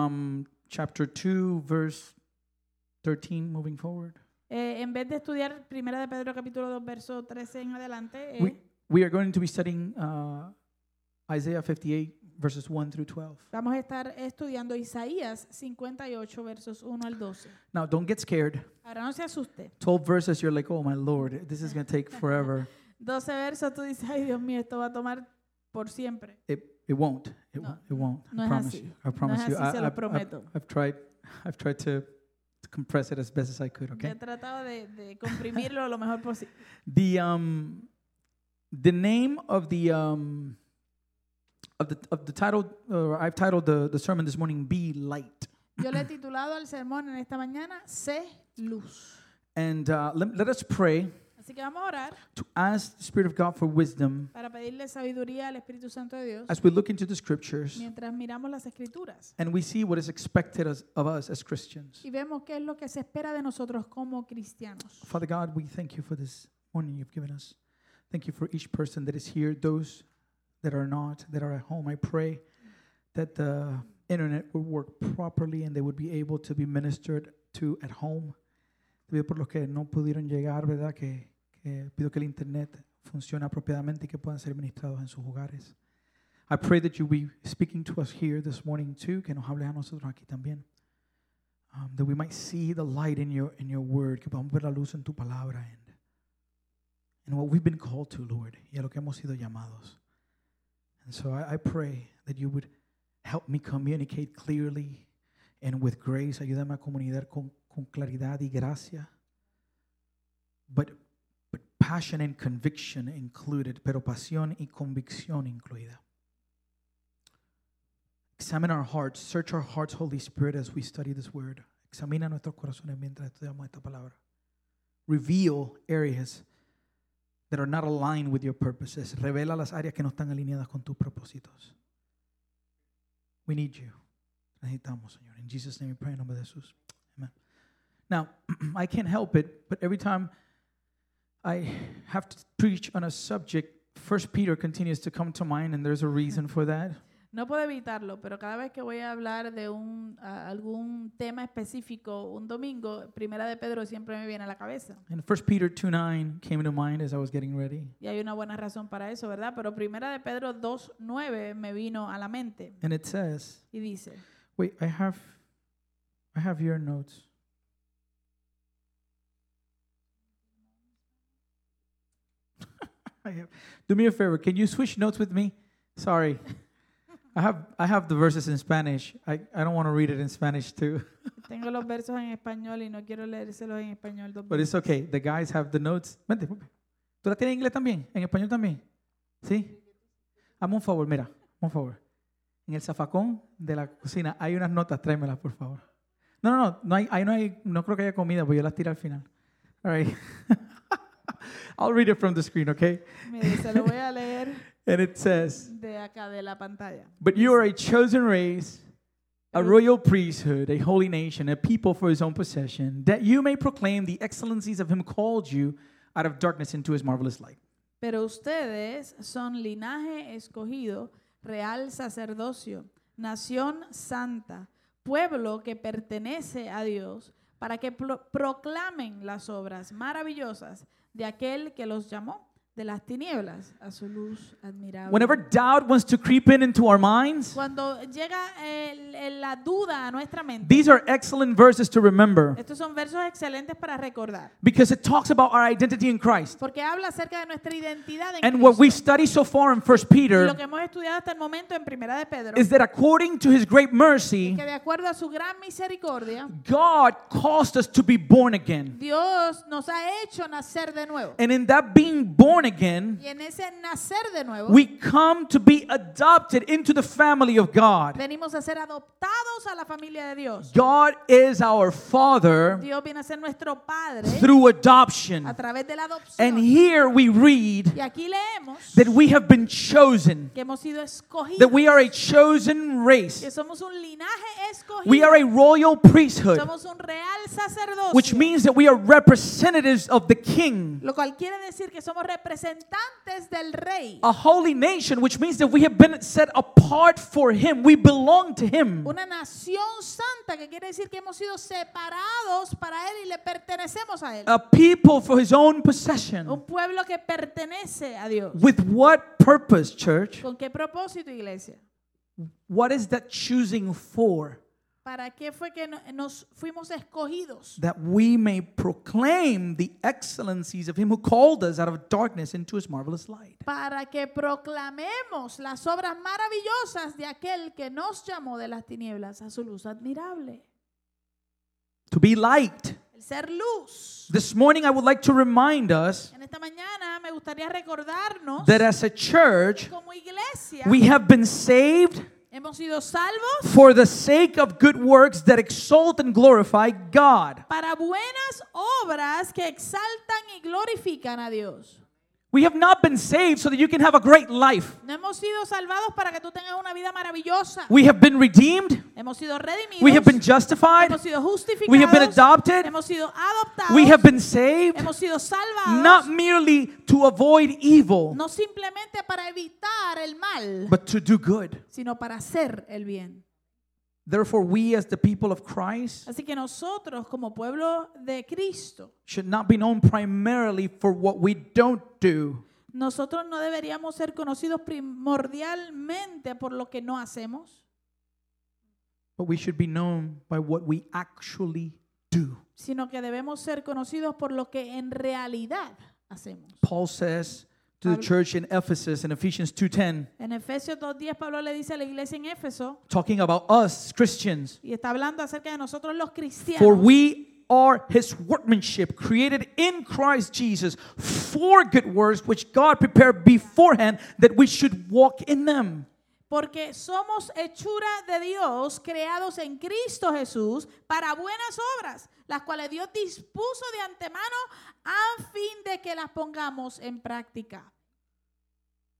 um, chapter 2, verse 13, moving forward. Eh, en vez de estudiar Primera de Pedro capítulo 2 verso 13 en adelante, eh, We, we are going to be studying uh, Isaiah 58, verses 1 through 12. vamos a estar estudiando Isaías 58 versos 1 al 12. Now, don't get scared. Ahora no se asuste. 12 verses, you're like, oh my lord, this is going to take forever. 12 versos tú dices, ay Dios mío, esto va a tomar por siempre. It, it won't. It No. won't. It won't. No I es promise así. you. I No promise es you. así, I, se I- lo I've- prometo. I've tried. I've tried to, to compress it as best as I could. Yo Okay. he tratado de, de comprimirlo lo mejor posible. The um, the name of the um, of the of the title. Uh, I've titled the the sermon this morning. Be light. Yo le he titulado al sermón en esta mañana, Sé luz. And uh, let, let us pray Así que vamos a orar to ask the Spirit of God for wisdom para pedirle sabiduría al Espíritu Santo de Dios as we look into the scriptures mientras miramos las escrituras and we see what is expected as, of us as Christians. y vemos qué es lo que se espera de nosotros como cristianos. Father God, we thank you for this morning you've given us. Thank you for each person that is here, those that are not, that are at home. I pray that the internet will work properly and they would be able to be ministered to at home. Te pido por los que no pudieron llegar, ¿verdad? Que, que pido que el internet funcione apropiadamente y que puedan ser ministrados en sus hogares. I pray that you be speaking to us here this morning too, que nos hables a nosotros aquí también. um, that we might see the light in your in your word, que podamos ver la luz en tu palabra, and and what we've been called to, Lord, y a lo que hemos sido llamados. And so I, I pray that you would help me communicate clearly and with grace. Ayúdame a comunicar con, con claridad y gracia. But but passion and conviction included, pero pasión y convicción incluida. Examine our hearts, search our hearts, Holy Spirit, as we study this word. Examina nuestros corazones mientras estudiamos esta palabra. Reveal areas that are not aligned with your purposes. Revela las áreas que no están alineadas con tus propósitos. We need you. Necesitamos, Señor. In Jesus' name we pray, en nombre de Jesús. Amen. Now, I can't help it, but every time I have to preach on a subject, First Peter continues to come to mind, and there's a reason for that. No puedo evitarlo, pero cada vez que voy a hablar de un, a- algún tema específico un domingo, Primera de Pedro siempre me viene a la cabeza. And 1 Peter 2 9 came to mind as I was getting ready. Y hay una buena razón para eso, ¿verdad? Pero Primera de Pedro 2.9 me vino a la mente And it says, y dice, wait, I have I have your notes. I have, do me a favor, can you switch notes with me? Sorry. I have I have the verses in Spanish. I, I don't want to read it in Spanish too. tengo los versos en español y no quiero leérselos en español dos But veces. it's okay. The guys have the notes. Vente, papi. ¿Tú la tienes en inglés también? ¿En español también? ¿Sí? Hazme un favor, mira, hazme un favor. En el zafacón de la cocina hay unas notas, tráemelas, por favor. No, no, no, no, hay, ahí no, hay, no creo que haya comida, pues yo las tiro al final. All right. I'll read it from the screen, okay? Mire, se lo voy a leer And it says, de acá, de la pantalla. But you are a chosen race, a Pero- royal priesthood, a holy nation, a people for his own possession, that you may proclaim the excellencies of him who called you out of darkness into his marvelous light. Pero ustedes son linaje escogido, real sacerdocio, nación santa, pueblo que pertenece a Dios, para que pro- proclamen las obras maravillosas de aquel que los llamó de las tinieblas a su luz admirable. Whenever doubt wants to creep in into our minds, Cuando llega el- el- la duda a nuestra mente, these are excellent verses to remember estos son versos excelentes para recordar, because it talks about our identity in Christ. porque habla acerca de nuestra identidad en And what we Cristo. study so far in 1 Y lo Peter que hemos estudiado hasta el momento en Primera de Pedro is that according to his great mercy, que de acuerdo a su gran misericordia, God caused us to be born again. Dios nos ha hecho nacer de nuevo. And in that being born again, Y en ese nacer de nuevo, We come to be adopted into the family of God. venimos a ser adoptados a la familia de Dios. God is our Father Dios viene a ser nuestro Padre through a adoption. través de la And adopción. here we read Y aquí leemos that we have been chosen, que hemos sido escogidos, that we are a chosen race. que somos un linaje We are escogido, a royal priesthood, somos un real sacerdocio, which means that we are representatives of the King. lo cual quiere decir que somos representantes del rey. a holy nation, which means that we have been set apart for Him. We belong to Him. Una nación santa que quiere decir que hemos sido separados para Él y le pertenecemos a Él. A people for His own possession. Un pueblo que pertenece a Dios. With what purpose, church? ¿Con qué propósito, iglesia? What is that choosing for? ¿Para qué fue que no- nos fuimos escogidos? That we may proclaim the excellencies of Him who called us out of darkness into His marvelous light. Para que proclamemos las obras maravillosas de aquel que nos llamó de las tinieblas a su luz admirable. To be light. El ser luz. This morning, I would like to remind us En esta mañana me gustaría recordarnos that as a church, como iglesia we have been saved hemos sido salvos for the sake of good works that exalt and glorify God. para buenas obras que exaltan y glorifican a Dios. We have not been saved so that you can have a great life. No hemos sido salvados para que tú tengas una vida maravillosa. We have been redeemed. Hemos sido redimidos. We have been justified. hemos sido justificados. We have been adopted. hemos sido adoptados. We have been saved. hemos sido salvados. Not merely to avoid evil, no simplemente para evitar el mal, but to do good. sino para hacer el bien. Therefore, we as the people of Christ Así que nosotros como pueblo de Cristo, should not be known primarily for what we don't do, nosotros no deberíamos ser conocidos primordialmente por lo que no hacemos, but we should be known by what we actually do. sino que debemos ser conocidos por lo que en realidad hacemos. Paul says to the Pablo- church in Ephesus in Ephesians 2:10, En Efesios 2.10 Pablo le dice a la iglesia en Éfeso, talking about us Christians, y está hablando acerca de nosotros los cristianos, for we are his workmanship created in Christ Jesus for good works which God prepared beforehand that we should walk in them. porque somos hechura de Dios, creados en Cristo Jesús, para buenas obras, las cuales Dios dispuso de antemano a fin de que las pongamos en práctica.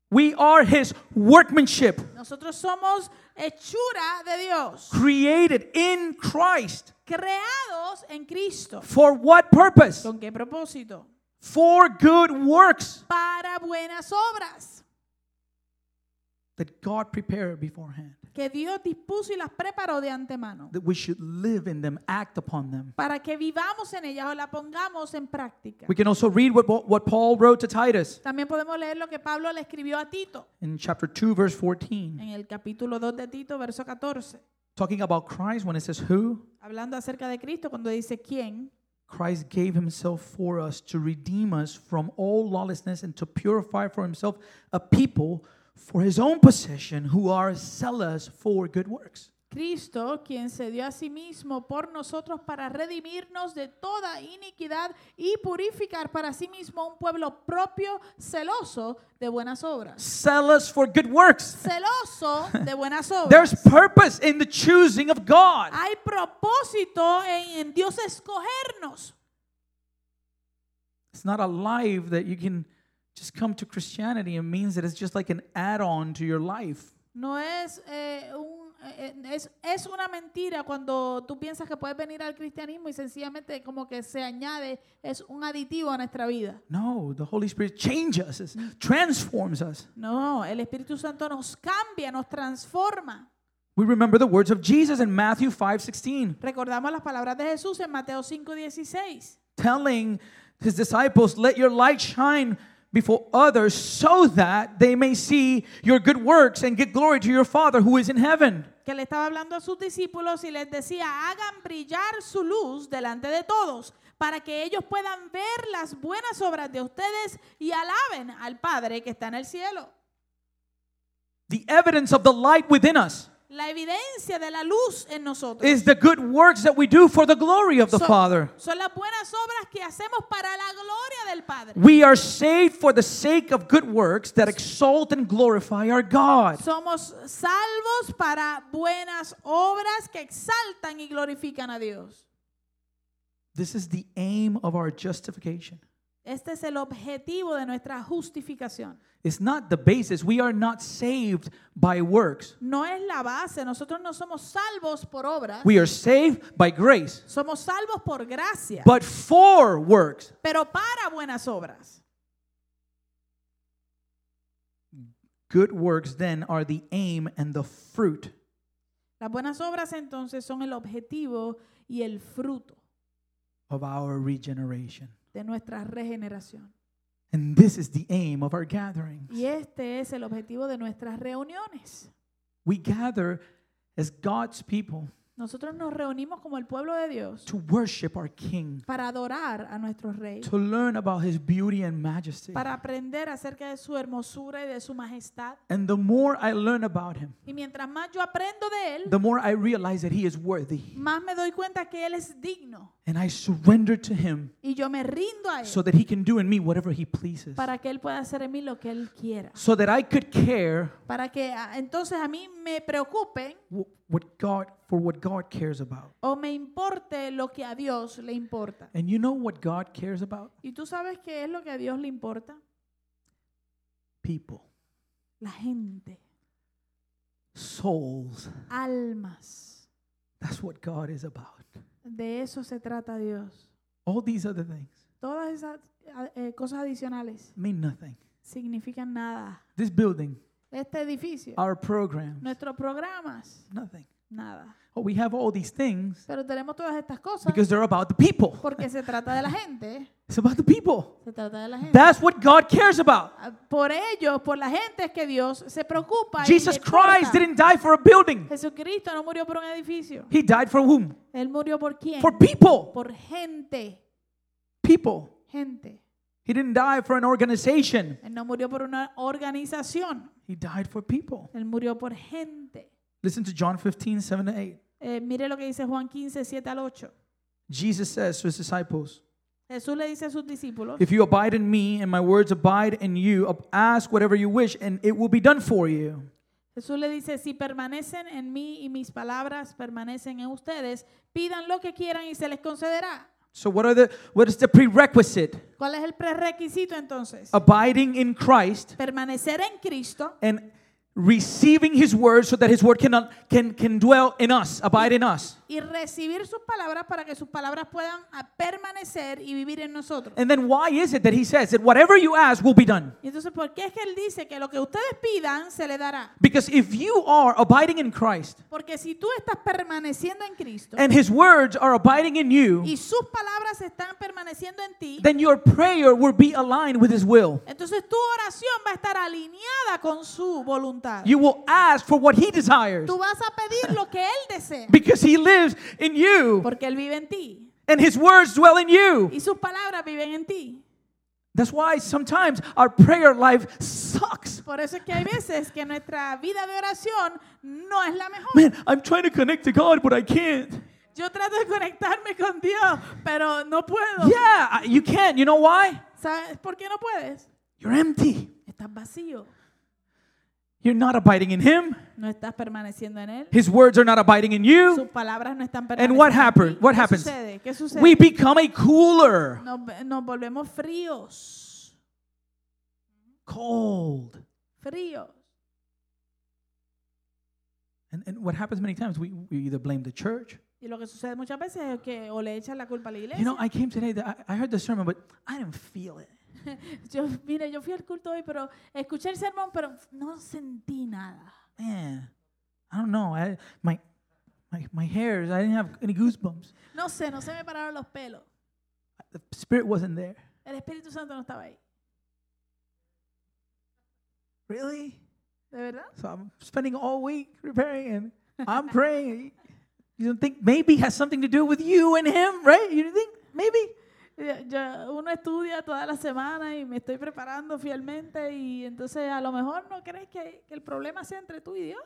We are his workmanship Nosotros somos hechura de Dios, created in Christ. creados en Cristo. For what purpose? ¿Con qué propósito? For good works Para buenas obras that God prepared beforehand que Dios dispuso y las preparó de antemano. that we should live in them, act upon them. para que vivamos en ellas o la pongamos en práctica. We can also read what, what Paul wrote to Titus. También podemos leer lo que Pablo le escribió a Tito in chapter 2 verse 14 en el capítulo 2 de Tito, verso 14, talking about christ when it says who hablando acerca de Cristo cuando dice quién, christ gave himself for us to redeem us from all lawlessness and to purify for himself a people for his own possession who are zealous for good works Cristo, quien se dio a sí mismo por nosotros para redimirnos de toda iniquidad y purificar para sí mismo un pueblo propio celoso de buenas obras. zealous for good works Celoso de buenas obras. there's purpose in the choosing of god Hay propósito en- en Dios escogernos. it's not a life that you can just come to christianity and means that it's just like an add-on to your life No es, eh, un, eh, eh, es, es una mentira cuando tú piensas que puedes venir al cristianismo y sencillamente como que se añade, es un aditivo a nuestra vida. no the holy spirit changes us transforms us No, el Espíritu Santo nos cambia, nos transforma. We remember the words of Jesus in Matthew 5:16, Recordamos las palabras de Jesús en Mateo 5:16, telling his disciples, "Let your light shine before others so that they may see your good works and give glory to your Father who is in heaven." que le estaba hablando a sus discípulos y les decía, hagan brillar su luz delante de todos, para que ellos puedan ver las buenas obras de ustedes y alaben al Padre que está en el cielo. The evidence of the light within us La evidencia de la luz en nosotros is the good works that we do for the glory of the son, Father. son las buenas obras que hacemos para la gloria del Padre. We are saved for the sake of good works that exalt and glorify our God. Somos salvos para buenas obras que exaltan y glorifican a Dios. This is the aim of our justification. Este es el objetivo de nuestra justificación. It's not the basis. We are not saved by works. No es la base. Nosotros no somos salvos por obras. We are saved by grace, Somos salvos por gracia, but for works. pero para buenas obras. Good works then are the aim and the fruit Las buenas obras entonces son el objetivo y el fruto of our regeneration. de nuestra regeneración. And this is the aim of our gatherings. Y este es el objetivo de nuestras reuniones. We gather as God's people Nosotros nos reunimos como el pueblo de Dios to worship our King, para adorar a nuestro rey, to learn about his beauty and majesty. para aprender acerca de su hermosura y de su majestad. And the more I learn about him, Y mientras más yo aprendo de él, the more I realize that he is worthy. más me doy cuenta que él es digno And I surrender to him y yo me rindo a él so that he can do in me whatever he pleases. para que él pueda hacer en mí lo que él quiera. So that I could care Para que ah, entonces a mí me preocupen wh- what God for what God cares about. o me importe lo que a Dios le importa. And you know what God cares about? ¿Y tú sabes qué es lo que a Dios le importa? People, La gente, souls. almas. That's what God is about. De eso se trata Dios. All these other things Todas esas ah, eh, cosas adicionales mean nothing. significan nada. This building, Este edificio, our programs, nuestros programas, nothing. nada. Well, we have all these things Pero tenemos todas estas cosas because they're about the people. porque se trata de la gente. It's about the people. Se trata de la gente. That's what God cares about. Ah, Por ellos, por la gente es que Dios se preocupa. y Jesus le importa. Christ didn't die for a building. Jesucristo no murió por un edificio. He died for whom? Él murió por quién? For people. por gente, People. gente. He didn't die for an organization. Él no murió por una organización, He died for people. él murió por gente. Listen to John 15, 7 to 8. Eh, mire lo que dice Juan 15, 7 al 8. Jesus says to his disciples, Jesús le dice a sus discípulos, If you abide in me and my words abide in you, ab- ask whatever you wish and it will be done for you. Jesús le dice, si permanecen en mí y mis palabras permanecen en ustedes, pidan lo que quieran y se les concederá. So what are the what is the prerequisite? ¿Cuál es el prerequisito entonces? Abiding in Christ Permanecer en Cristo and receiving his word so that his word cannot can can dwell in us, abide in us. y recibir sus palabras para que sus palabras puedan ah, permanecer y vivir en nosotros. And then why is it that he says that whatever you ask will be done? Y entonces, ¿por qué es que él dice que lo que ustedes pidan se le dará? Because if you are abiding in Christ Porque si tú estás permaneciendo en Cristo and his words are abiding in you, y sus palabras están permaneciendo en ti, then your prayer will be aligned with his will. entonces tu oración va a estar alineada con su voluntad. You will ask for what he desires Tú vas a pedir lo que Él desea, because he lives in you porque Él vive en ti and his words dwell in you. y sus palabras viven en ti. That's why sometimes our prayer life sucks. Por eso es que hay veces que nuestra vida de oración no es la mejor. Man, I'm trying to connect to God, but I can't. Yo trato de conectarme con Dios, pero no puedo. Yeah, I- you can't. You know why? ¿Sabes por qué no puedes? You're empty. Estás vacío. You're not abiding in him. No estás permaneciendo en Él. His words are not abiding in Sus you. palabras no están And permaneciendo. what en happened? ti. What ¿Qué happens? sucede? ¿Qué sucede? We become a cooler, Nos, nos volvemos fríos. cold. Fríos. And, and what happens many times, we, we either blame the church. Y lo que sucede muchas veces es que o le echan la culpa a la iglesia. You know, I came today, that I, I heard the sermon, but I didn't feel it. yo, mire, yo fui al culto hoy, pero escuché el sermón, pero no sentí nada. Man, I don't know. I, my, my, my hairs, I didn't have any goosebumps. No sé, no se me pararon los pelos. The spirit wasn't there. El Espíritu Santo no estaba ahí. Really? ¿De verdad? So I'm spending all week preparing and I'm praying. You don't think maybe it has something to do with you and him, right? You don't think maybe? Yo- yo- uno estudia toda la semana y me estoy preparando fielmente y entonces a lo mejor no crees que, que el problema sea entre tú y Dios.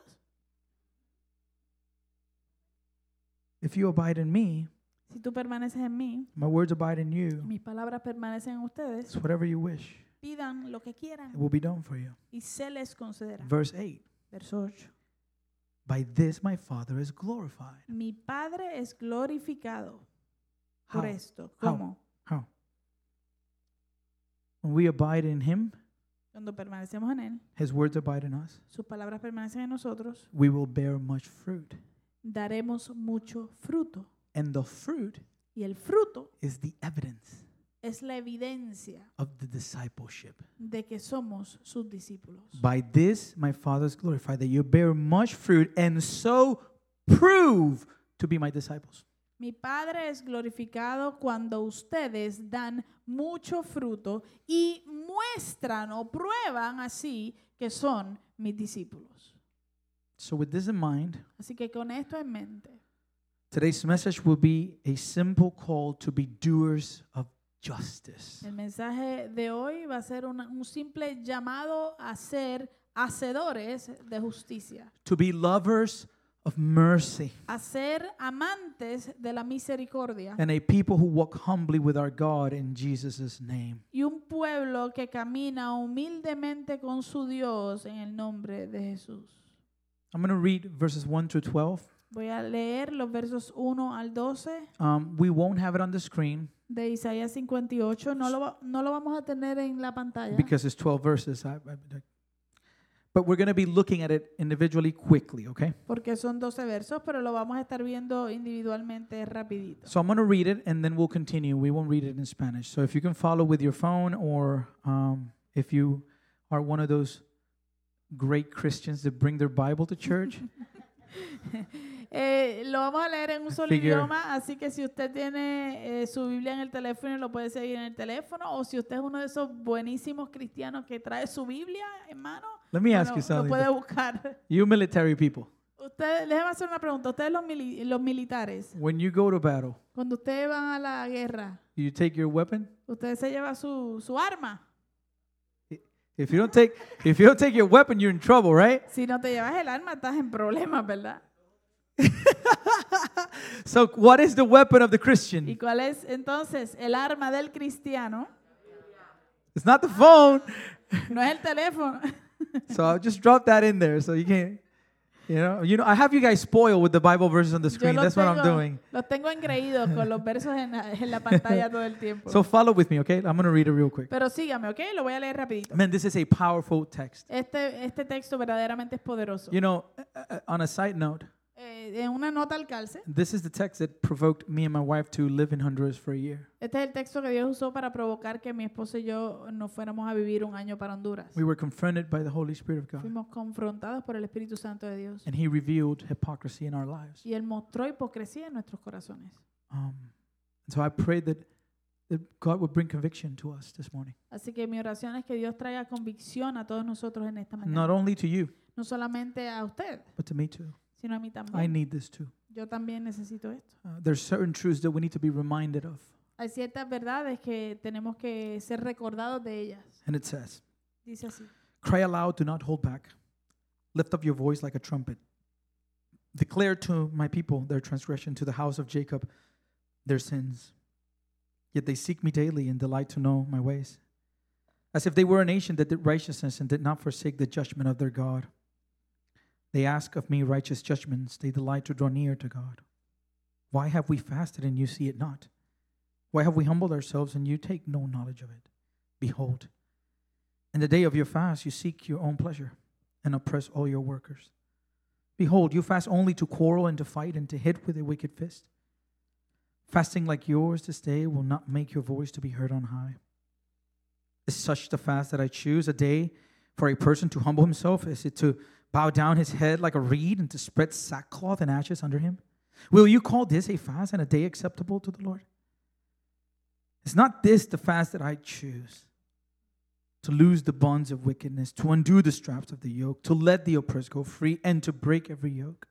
If you abide in me, Si tú permaneces en mí, my words abide in you. mis palabras permanecen en ustedes. It's whatever you wish, pidan lo que quieran it will be done for you. y se les concederá. Verse 8 Verso 8. By this my Father is glorified. Mi Padre es glorificado por How? esto. How? ¿Cómo? How? When we abide in him, Cuando permanecemos en Él, his words abide in us, sus palabras permanecen en nosotros, we will bear much fruit. daremos mucho fruto. And the fruit Y el fruto is the evidence. es la evidencia of the discipleship. de que somos sus discípulos. By this my Father is glorified, that you bear much fruit and so prove to be my disciples. Mi Padre es glorificado cuando ustedes dan mucho fruto y muestran o prueban así que son mis discípulos. So, with this in mind, Así que con esto en mente, today's message will be a simple call to be doers of justice. el mensaje de hoy va a ser una- un simple llamado a ser hacedores de justicia, to be lovers of mercy a ser amantes de la misericordia and a people who walk humbly with our God in Jesus' name. y un pueblo que camina humildemente con su Dios en el nombre de Jesús. I'm going to read verses 1 through 12. Voy a leer los versos 1 al 12 Um, we won't have it on the screen de Isaías 58. No lo, va- no lo vamos a tener en la pantalla because it's 12 verses. I, I, I- but we're going to be looking at it individually quickly, okay? porque son 12 versos, pero lo vamos a estar viendo individualmente rapidito. So I'm going to read it and then we'll continue. We won't read it in Spanish. So if you can follow with your phone or um, if you are one of those great Christians that bring their Bible to church, Eh, lo vamos a leer en un solo Figure. idioma, así que si usted tiene eh, su Biblia en el teléfono, lo puede seguir en el teléfono, o si usted es uno de esos buenísimos cristianos que trae su Biblia en mano, let me ask bueno, you lo something. puede buscar. You military people, Usted, déjeme hacer una pregunta. Ustedes los, mili- los militares, when you go to battle, cuando ustedes van a la guerra, Do you take your weapon? Usted se lleva su, su arma. If you don't take if you don't take your weapon, you're in trouble, right? Si no te llevas el arma, estás en problemas, ¿verdad? So what is the weapon of the ¿Y Christian? cuál es entonces el arma del cristiano? It's not the phone. No es el teléfono. So I'll just drop that in there so you can't you know, you know, I have you guys spoiled with the Bible verses on the Yo screen. los That's what I'm tengo, doing. los tengo engreídos con los versos en la, en la pantalla todo el tiempo. So follow with me, okay? I'm gonna read it real quick. Pero sígame, ¿ok? Lo voy a leer rapidito. Man, this is a powerful text. Este, este texto verdaderamente es poderoso. You know, uh, uh, on a side note, Eh, en una nota al calce, this is the text that provoked me and my wife to live in Honduras for a year. este es el texto que Dios usó para provocar que mi esposo y yo nos fuéramos a vivir un año para Honduras. We were confronted by the Holy Spirit of God, Fuimos confrontados por el Espíritu Santo de Dios. and He revealed hypocrisy in our lives. y Él mostró hipocresía en nuestros corazones. Um, and so I pray that, that God would bring conviction to us this morning, Así que mi oración es que Dios traiga convicción a todos nosotros en esta not mañana. only to you, No solamente a usted, but to me too. sino a mí I también. need this too. Yo también necesito esto. Uh, there's certain truths that we need to be reminded of. Hay ciertas verdades que tenemos que ser recordados de ellas. And it says, Dice así. Cry aloud, do not hold back. Lift up your voice like a trumpet. Declare to my people their transgression, to the house of Jacob their sins. Yet they seek me daily and delight to know my ways, as if they were a nation that did righteousness and did not forsake the judgment of their God. They ask of me righteous judgments, they delight to draw near to God. Why have we fasted and you see it not? Why have we humbled ourselves and you take no knowledge of it? Behold, in the day of your fast, you seek your own pleasure and oppress all your workers. Behold, you fast only to quarrel and to fight and to hit with a wicked fist. Fasting like yours this day will not make your voice to be heard on high. Is such the fast that I choose a day for a person to humble himself? Is it to bow down his head like a reed and to spread sackcloth and ashes under him? Will you call this a fast and a day acceptable to the Lord? Is not this the fast that I choose? to loose the bonds of wickedness, to undo the straps of the yoke, to let the oppressed go free, and to break every yoke?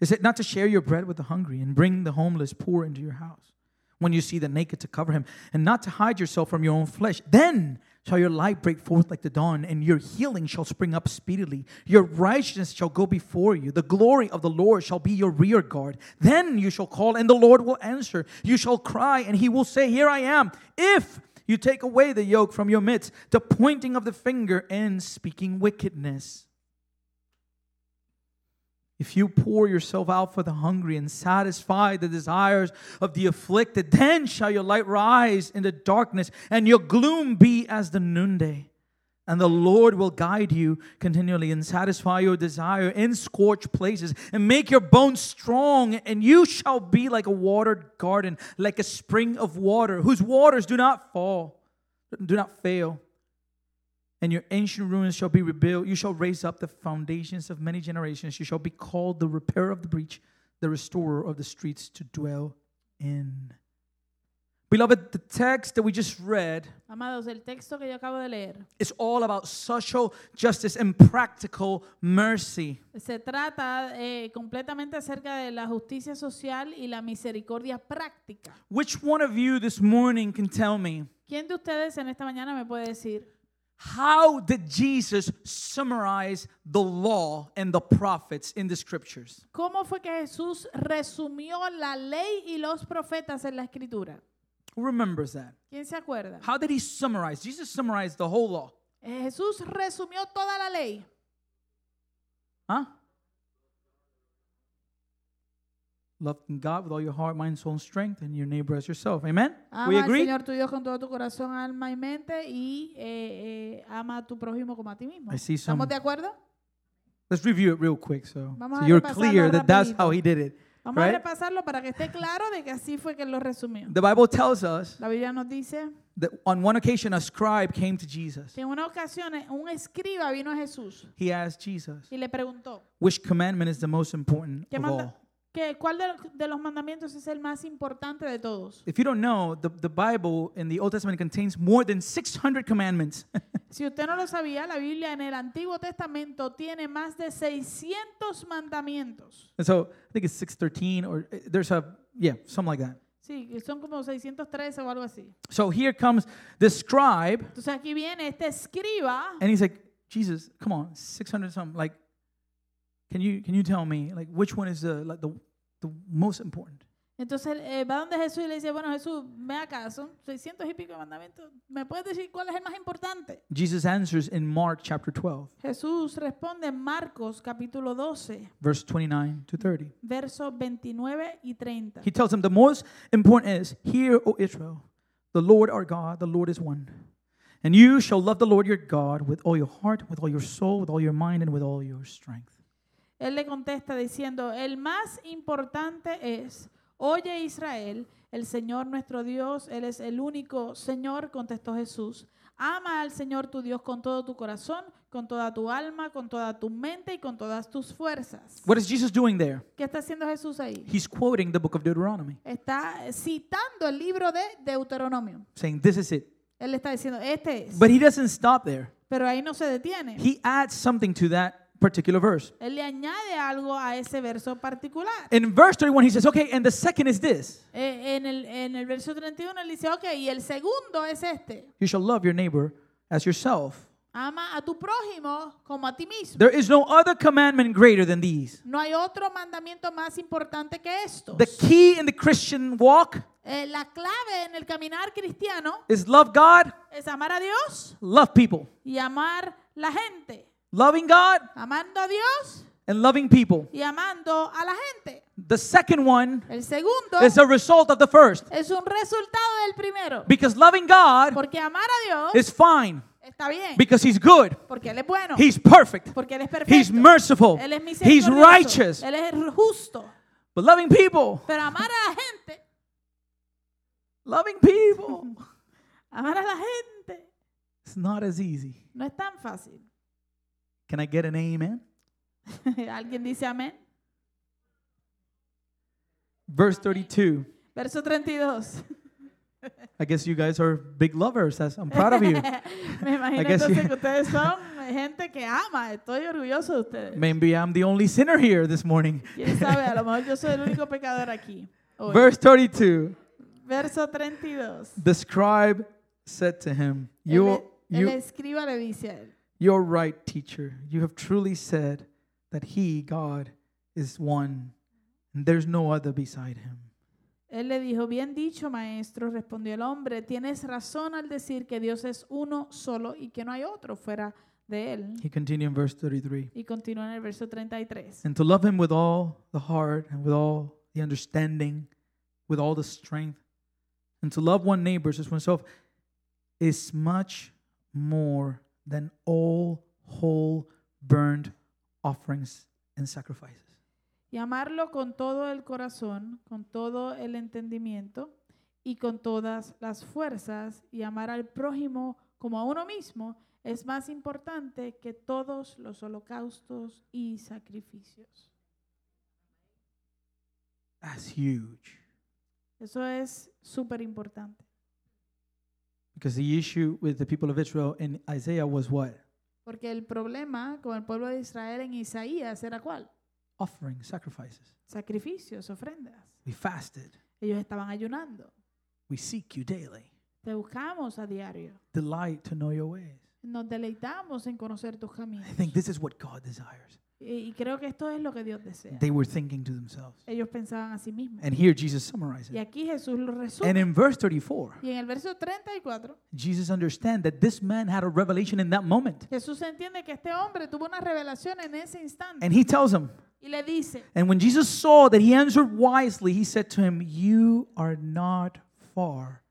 Is it not to share your bread with the hungry and bring the homeless poor into your house? When you see the naked, to cover him, and not to hide yourself from your own flesh, then shall your light break forth like the dawn, and your healing shall spring up speedily. Your righteousness shall go before you. The glory of the Lord shall be your rear guard. Then you shall call, and the Lord will answer. You shall cry, and he will say, Here I am. If you take away the yoke from your midst, the pointing of the finger and speaking wickedness. If you pour yourself out for the hungry and satisfy the desires of the afflicted, then shall your light rise in the darkness and your gloom be as the noonday. And the Lord will guide you continually and satisfy your desire in scorched places and make your bones strong. And you shall be like a watered garden, like a spring of water, whose waters do not fall, do not fail. And your ancient ruins shall be rebuilt. You shall raise up the foundations of many generations. You shall be called the repairer of the breach, the restorer of the streets to dwell in. Beloved, the text that we just read Amados, el texto que yo acabo de leer is all about social justice and practical mercy. se trata eh, completamente acerca de la justicia social y la misericordia práctica. Which one of you this morning can tell me ¿Quién de ustedes en esta mañana me puede decir how did Jesus summarize the law and the prophets in the scriptures? cómo fue que Jesús resumió la ley y los profetas en la escritura? Who remembers that? ¿Quién se acuerda? How did he summarize? Jesus summarized the whole law. Eh, Jesús resumió toda la ley. Huh? Love God with all your heart, mind, soul, and strength, and your neighbor as yourself. Amen? we Ama al agree? Ah, Señor tu Dios con todo tu corazón, alma y mente y eh, eh, ama a tu prójimo como a ti mismo. I see some- ¿Estamos de acuerdo? Let's review it real quick so, Vamos so a you're repasarlo clear that that's rapidito. how he did it. Vamos Right? a repasarlo para que esté claro de que así fue que lo resumió. The Bible tells us La Biblia nos dice that on one occasion a scribe came to Jesus. que en una ocasión eh, un escriba vino a Jesús He asked Jesus, y le preguntó, which commandment is the most important ¿Qué of manda- all? que ¿cuál de, los- de los mandamientos es el más importante de todos? If you don't know, the, the Bible in the Old Testament contains more than 600 commandments. Si usted no lo sabía, la Biblia en el Antiguo Testamento tiene más de 600 mandamientos. and so I think it's 613 or uh, there's a, yeah, something like that. Sí, que son como 613 o algo así. So here comes the scribe Entonces aquí viene este escriba and he's like, Jesus, come on, 600 something. Like, can you, can you tell me, like, which one is the, like, the, the most important? Entonces eh, va donde Jesús y le dice, bueno Jesús, ven acá, son 600 y pico de mandamientos, ¿me puedes decir cuál es el más importante? Jesus answers in Mark chapter 12, Jesús responde en Marcos capítulo 12, verse 29 to 30. versos 29 y 30. He tells them, The most important is, Hear, O Israel, the Lord our God, the Lord is one. And you shall love the Lord your God with all your heart, with all your soul, with all your mind, and with all your strength. Él le contesta diciendo, el más importante es, oye Israel, el Señor nuestro Dios, Él es el único Señor, contestó Jesús. Ama al Señor tu Dios con todo tu corazón, con toda tu alma, con toda tu mente y con todas tus fuerzas. What is Jesus doing there? ¿Qué está haciendo Jesús ahí? He's quoting the book of Deuteronomy, Está citando el libro de Deuteronomio. saying, This is it. Él está diciendo, este es. But he doesn't stop there. Pero ahí no se detiene. He adds something to that particular verse. Él le añade algo a ese verso particular. In verse 31, he says, Okay, and the second is this Eh, en, el, en el verso 31 él dice, ok, y el segundo es este. You shall love your neighbor as yourself. Ama a tu prójimo como a ti mismo. There is no other commandment greater than these. No hay otro mandamiento más importante que estos. The key in the Christian walk Eh, la clave en el caminar cristiano is love God, es amar a Dios love people. y amar la gente. Loving God Amando a Dios and loving people. y amando a la gente. The second one El segundo is a result of the first. es un resultado del primero. Because loving God Porque amar a Dios is fine está bien. because He's good, Porque Él es bueno. He's perfect, Porque Él es He's perfecto. merciful, Él es He's misericordioso. righteous. Él es justo. But loving people, Pero amar a la gente, loving people, amar a la gente, it's not as easy. no es tan fácil. Can I get an amen? Alguien dice amén. Verse 32. Verso 32. I guess you guys are big lovers. That's- I'm proud of you. Me imagino I guess entonces you- que ustedes son gente que ama. Estoy orgulloso de ustedes. Maybe I'm the only sinner here this morning. Quién sabe, a lo mejor yo soy el único pecador aquí. hoy. Verse 32. Verso 32. The scribe said to him, El, You, el you, escriba le dice a él. You're right, teacher. You have truly said that He, God, is one, and there's no other beside Him. Él le dijo, bien dicho, maestro, respondió el hombre, tienes razón al decir que Dios es uno solo y que no hay otro fuera de él. He continued in verse 33 Y continúa en el verso 33. And to love Him with all the heart, and with all the understanding, with all the strength, and to love one neighbor as oneself is much more than all whole burnt offerings and sacrifices. y amarlo con todo el corazón, con todo el entendimiento y con todas las fuerzas y amar al prójimo como a uno mismo es más importante que todos los holocaustos y sacrificios. That's huge Eso es súper importante. because the issue with the people of Israel in Isaiah was what? Porque el problema con el pueblo de Israel en Isaías era cuál? Offering, sacrifices. Sacrificios, ofrendas. We fasted. Ellos estaban ayunando. We seek you daily. Te buscamos a diario. Delight to know your ways. Nos deleitamos en conocer tus caminos. I think this is what God desires. Y, y creo que esto es lo que Dios desea. They were thinking to themselves. Ellos pensaban a sí mismos. And here Jesus summarizes. Y aquí Jesús lo And resume. in verse 34, Y en el verso 34, Jesus understands that this man had a revelation in that moment. Jesús entiende que este hombre tuvo una revelación en ese instante And he tells him, y le dice, And when Jesus saw that he answered wisely, he said to him, You are not far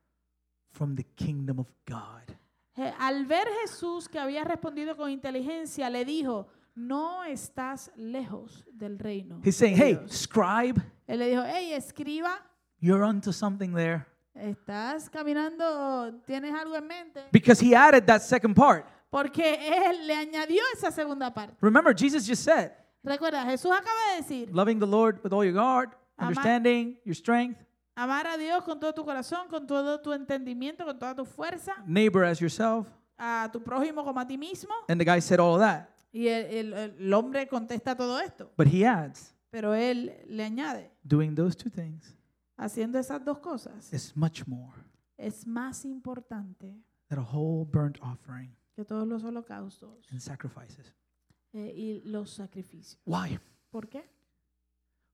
from the kingdom of God. Je- al ver Jesús que había respondido con inteligencia, le dijo, no estás lejos del reino. He's saying, de Hey, Dios". scribe, Él le dijo, hey, escriba, you're onto something there. estás caminando, tienes algo en mente. Because he added that second part. Porque él le añadió esa segunda parte. Remember, Jesus just said, Recuerda, Jesús acaba de decir, Loving the Lord with all your heart, Ama- understanding, your strength, amar a Dios con todo tu corazón, con todo tu entendimiento, con toda tu fuerza. neighbor as yourself. a tu prójimo como a ti mismo. And the guy said all of that. Y el, el- el hombre contesta todo esto, But he adds, pero él le añade, Doing those two things haciendo esas dos cosas, is much more es más importante than a whole burnt offering que todos los holocaustos and sacrifices. eh, y los sacrificios. Why? ¿Por qué?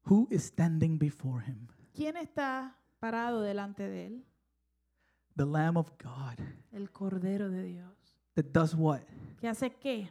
Who is standing before him? ¿Quién está parado delante de él? The Lamb of God El Cordero de Dios. that does what? ¿Que hace qué?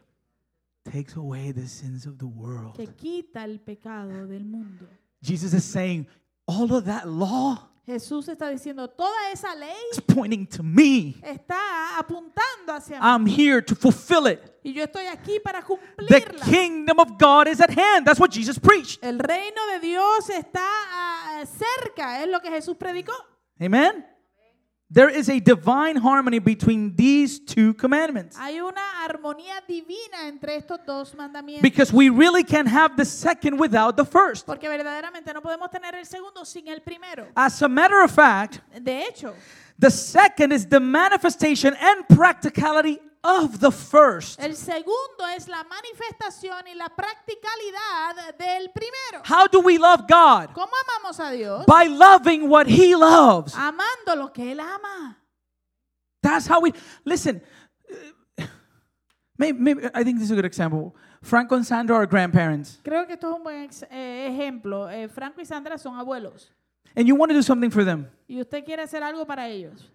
Takes away the sins of the world. Que quita el pecado del mundo. Jesus is saying, all of that law Jesús está diciendo, toda esa ley is pointing to me. está apuntando hacia mí. I'm here to fulfill it. Y yo estoy aquí para The cumplirla. kingdom of God is at hand. That's what Jesus preached. El reino de Dios está ah, cerca, es lo que Jesús predicó. Amen. There is a divine harmony between these two commandments. Hay una armonía divina entre estos dos mandamientos. Because we really can't have the second without the first. Porque verdaderamente no podemos tener el segundo sin el primero. As a matter of fact, De hecho, the second is the manifestation and practicality of the first. el segundo es la manifestación y la practicalidad del primero. How do we love God? ¿Cómo amamos a Dios? By loving what He loves. Amando lo que Él ama. That's how we. Listen, uh, maybe, maybe, I think this is a good example. Franco and Sandra are grandparents, Creo que esto es un buen ex- eh, ejemplo. Eh, Franco y Sandra son abuelos and you want to do something for them. y usted quiere hacer algo para ellos.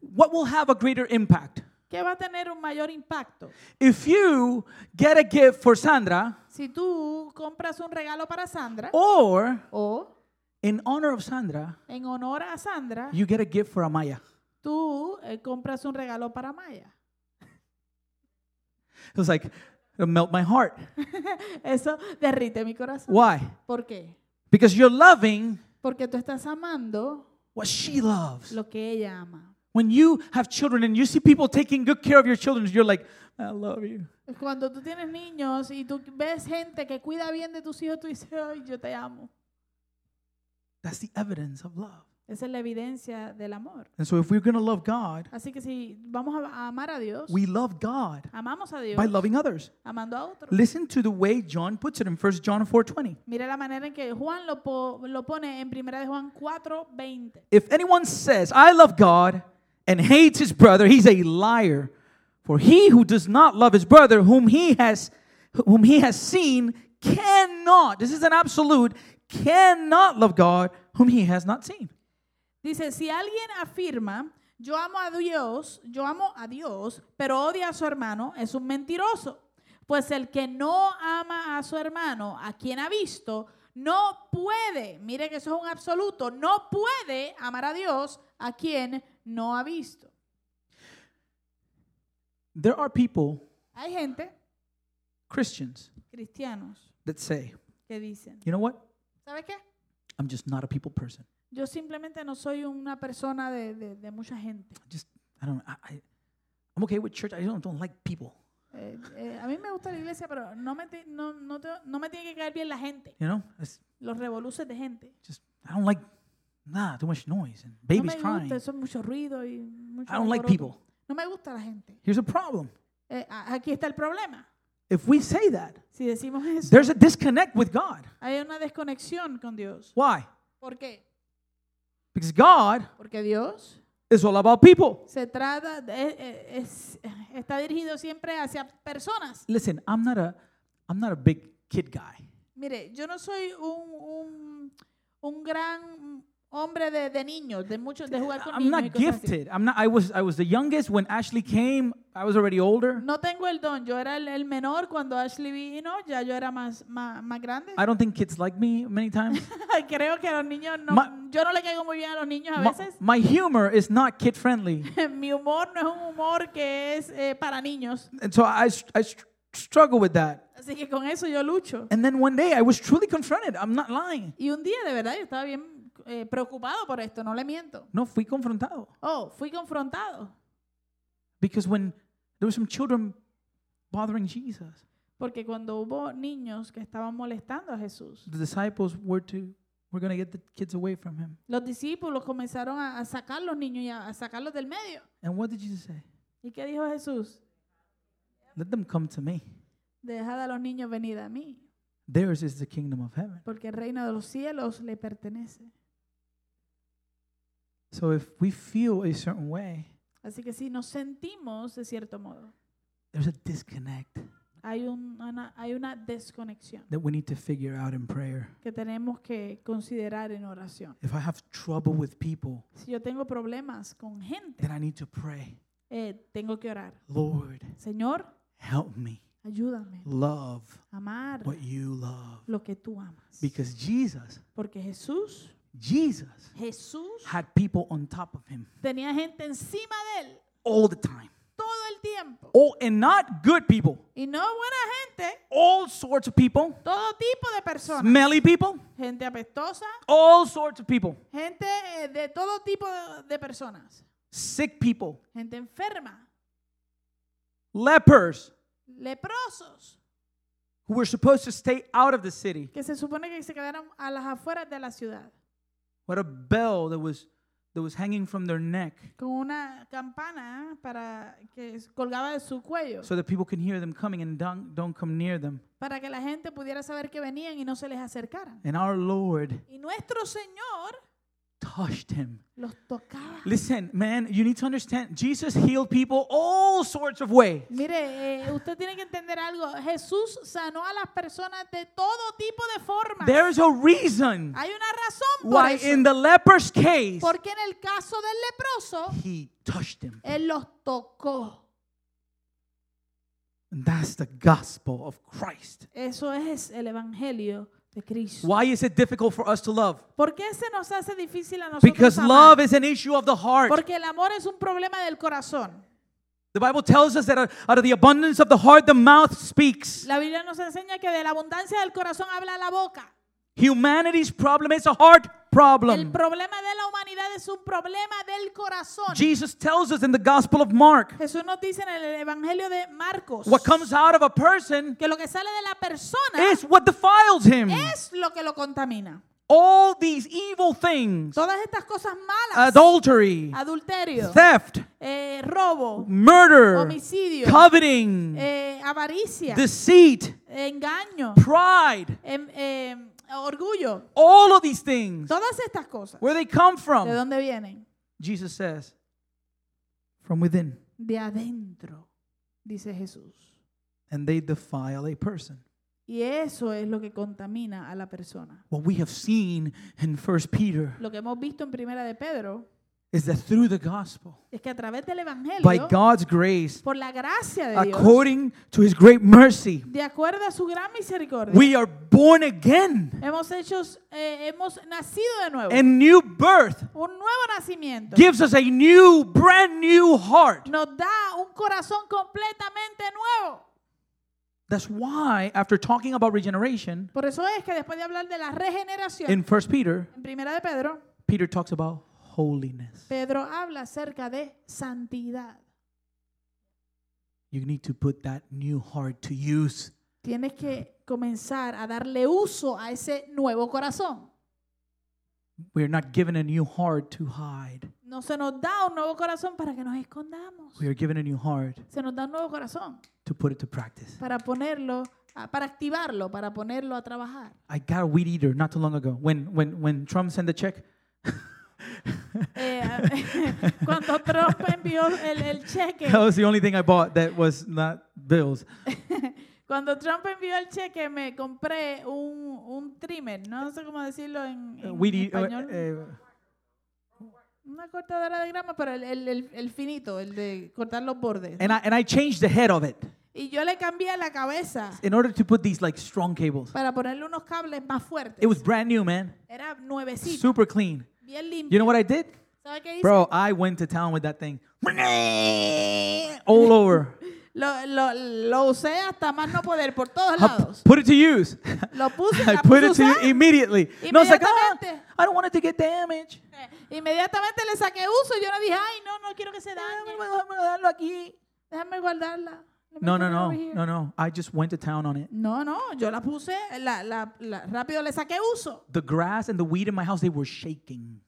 What will have a greater impact? ¿Qué va a tener un mayor impacto? If you get a gift for Sandra, Si tú compras un regalo para Sandra or o in honor of Sandra, en honor a Sandra, you get a gift for Amaya. tú eh, compras un regalo para Maya. It was like, it'll melt my heart. Eso derrite mi corazón. Why? ¿Por qué? Because you're loving Porque tú estás amando what she loves. lo que ella ama. When you have children and you see people taking good care of your children, you're like, I love you. Cuando tú tienes niños y tú ves gente que cuida bien de tus hijos, tú dices, ay, yo te amo. That's the evidence of love. Esa es la evidencia del amor. And so if we're going to love God, Así que si vamos a a amar a Dios, we love God amamos a Dios by loving others. amando a otros. Listen to the way John puts it in 1 John 4:20. Mira la manera en que Juan lo, po- lo pone en 1 de Juan 4.20 If anyone says, I love God and hates his brother, he's a liar. For he who does not love his brother whom he has whom he has seen cannot, this is an absolute, cannot love God whom he has not seen. Dice, si alguien afirma, yo amo a Dios, yo amo a Dios, pero odia a su hermano, es un mentiroso. Pues el que no ama a su hermano, a quien ha visto, no puede, mire que eso es un absoluto, no puede amar a Dios a quien no ha visto. There are people, Hay gente, Christians, cristianos, that say, que dicen, you know what? ¿sabes qué? I'm just not a people person. Yo simplemente no soy una persona de, de- de mucha gente. I don't, I, I, I'm okay with church. I don't, don't like people, Eh, eh, a mí me gusta la iglesia, pero no me, ti- no, no te- no me tiene que caer bien la gente, you know? It's los revoluces de gente. just, I don't like, nah, too much noise and No babies me crying. gusta, eso es mucho ruido y mucho I don't like alboroto. people. No me gusta la gente. Here's a problem. Eh, a- aquí está el problema. If we say that, Si decimos eso, there's a disconnect with God. hay una desconexión con Dios. Why? ¿Por qué? Because God Porque Dios is all about people. se trata, de- eh, eh, es- está dirigido siempre hacia personas. Listen, I'm not a, I'm not a big kid guy. Mire, yo no soy un, un, un gran hombre de, de niños, de muchos, de jugar con I'm niños. y not cosas así. gifted. I'm not. I was. I was the youngest when Ashley came. I was already older. No tengo el don. Yo era el, el menor cuando Ashley vino, ya yo era más, más, más grande. I don't think kids like me many times. Creo que a los niños no. Ma- yo no le caigo muy bien a los niños a my, veces. my humor is not kid friendly, Mi humor no es un humor que es eh, para niños. and so I str- I str- struggle with that. Así que con eso yo lucho. And then one day I was truly confronted. I'm not lying. Y un día de verdad yo estaba bien eh, preocupado por esto, no le miento. No, fui confrontado Oh, fui confrontado. because when there were some children bothering Jesus, Porque cuando hubo niños que estaban molestando a Jesús, the disciples were to we're gonna get the kids away from him. los discípulos comenzaron a, a sacar los niños y a, a sacarlos del medio. And what did Jesus say? ¿Y qué dijo Jesús? Let them come to me. Dejad a los niños venir a mí, Theirs is the kingdom of heaven. porque el reino de los cielos le pertenece. So if we feel a certain way, Así que si nos sentimos de cierto modo, there's a disconnect hay, un- una, hay una desconexión that we need to figure out in prayer. que tenemos que considerar en oración. If I have trouble with people, Si yo tengo problemas con gente, then I need to pray. eh, tengo que orar. Lord, Señor, help me ayúdame love a amar what you love. lo que tú amas. Because Jesus, Porque Jesús, Jesus Jesús had people on top of him tenía gente encima de él all the time. todo el tiempo. Oh, and not good people. Y no buena gente, All sorts of people. todo tipo de personas. Smelly people. Gente apestosa, All sorts of people. gente eh, de todo tipo de, de personas. Sick people. Gente enferma, Lepers leprosos, who were supposed to stay out of the city. que se supone que se quedaron a las afueras de la ciudad, What a bell that was that was hanging from their neck con una campana ¿eh? para que s- colgaba de su cuello, so that people can hear them coming and don't, don't come near them. para que la gente pudiera saber que venían y no se les acercaran. And our Lord Y nuestro Señor touched him. los tocaba. Listen, man, you need to understand Jesus healed people all sorts of ways. Mire, eh, usted tiene que entender algo. Jesús sanó a las personas de todo tipo de formas. There's a reason Hay una razón por why eso. in the leper's case Porque en el caso del leproso, he touched him. él los tocó. And that's the gospel of Christ. Eso es el evangelio de Cristo. Why is it difficult for us to love? ¿Por qué se nos hace difícil a nosotros Because amar? love is an issue of the heart. Porque el amor es un problema del corazón. The Bible tells us that out out of the abundance of the heart, the mouth speaks. La Biblia nos enseña que de la abundancia del corazón habla la boca. Humanity's problem is a heart El problem. problema de la humanidad es un problema del corazón. Jesus tells us in the Gospel of Mark Jesús nos dice en el evangelio de Marcos what comes out of a person que lo que sale de la persona is what defiles him. Ah. es lo que lo contamina. All these evil things Todas estas cosas malas, adultery, adulterio, theft, eh, robo, murder, homicidio, coveting, eh, avaricia, deceit, engaño, pride, em- em, orgullo, all of these things, todas estas cosas. where they come ¿De from, dónde vienen? Jesus says, from within. De adentro, dice Jesús. And they defile a person. Y eso es lo que contamina a la persona. What we have seen in First Peter Lo que hemos visto en Primera de Pedro is that through the gospel, es que a través del by Evangelio, God's grace, por la gracia de Dios, according to his great mercy, de acuerdo a su gran misericordia, we are born again hemos, hechos, eh, hemos nacido de nuevo. and new birth Un nuevo nacimiento gives us a new, brand new heart. nos da un corazón completamente nuevo. That's why, after talking about regeneration Por eso es que después de hablar de la regeneración, in First Peter, en primera de Pedro, Peter talks about holiness. Pedro habla acerca de santidad. You need to put that new heart to use. Tienes que comenzar a darle uso a ese nuevo corazón. We are not given a new heart to hide. No se nos da un nuevo corazón para que nos escondamos. We are given a new heart Se nos da un nuevo corazón to put it to practice. para ponerlo, a- para activarlo, para ponerlo a trabajar. I got a weed eater not too long ago. When when when Trump sent the check, Eh, cuando Trump envió el, el cheque, that was the only thing I bought that was not bills. cuando Trump envió el cheque, me compré un, un trimmer, no sé cómo decirlo en, en Uh, weed eat- uh, español. uh, Una cortadora de grama, pero el, el- el- el finito, el de cortar los bordes. and I and I changed the head of it Y yo le cambié la cabeza in order to put these like strong cables. para ponerle unos cables más fuertes. It was brand new, man. Era nuevecito, Super clean. bien limpio. You know what I did? ¿Sabe qué hice? Bro, I went to town with that thing. All over. Lo, lo- lo usé hasta más no poder por todos I p- lados. put it to use. Lo puse, I la put it puse a to usar. use immediately. No, it's like, ah, Inmediatamente. I don't want it to get damaged. Inmediatamente le saqué uso. Yo no dije, ay, no, no quiero que se dañe. Déjame guardarla. Let me No, put no, it no, over here. no, no. I just went to town on it. No, no, yo la puse, la, la, la- rápido le saqué uso. the grass and the weed in my house, they were shaking.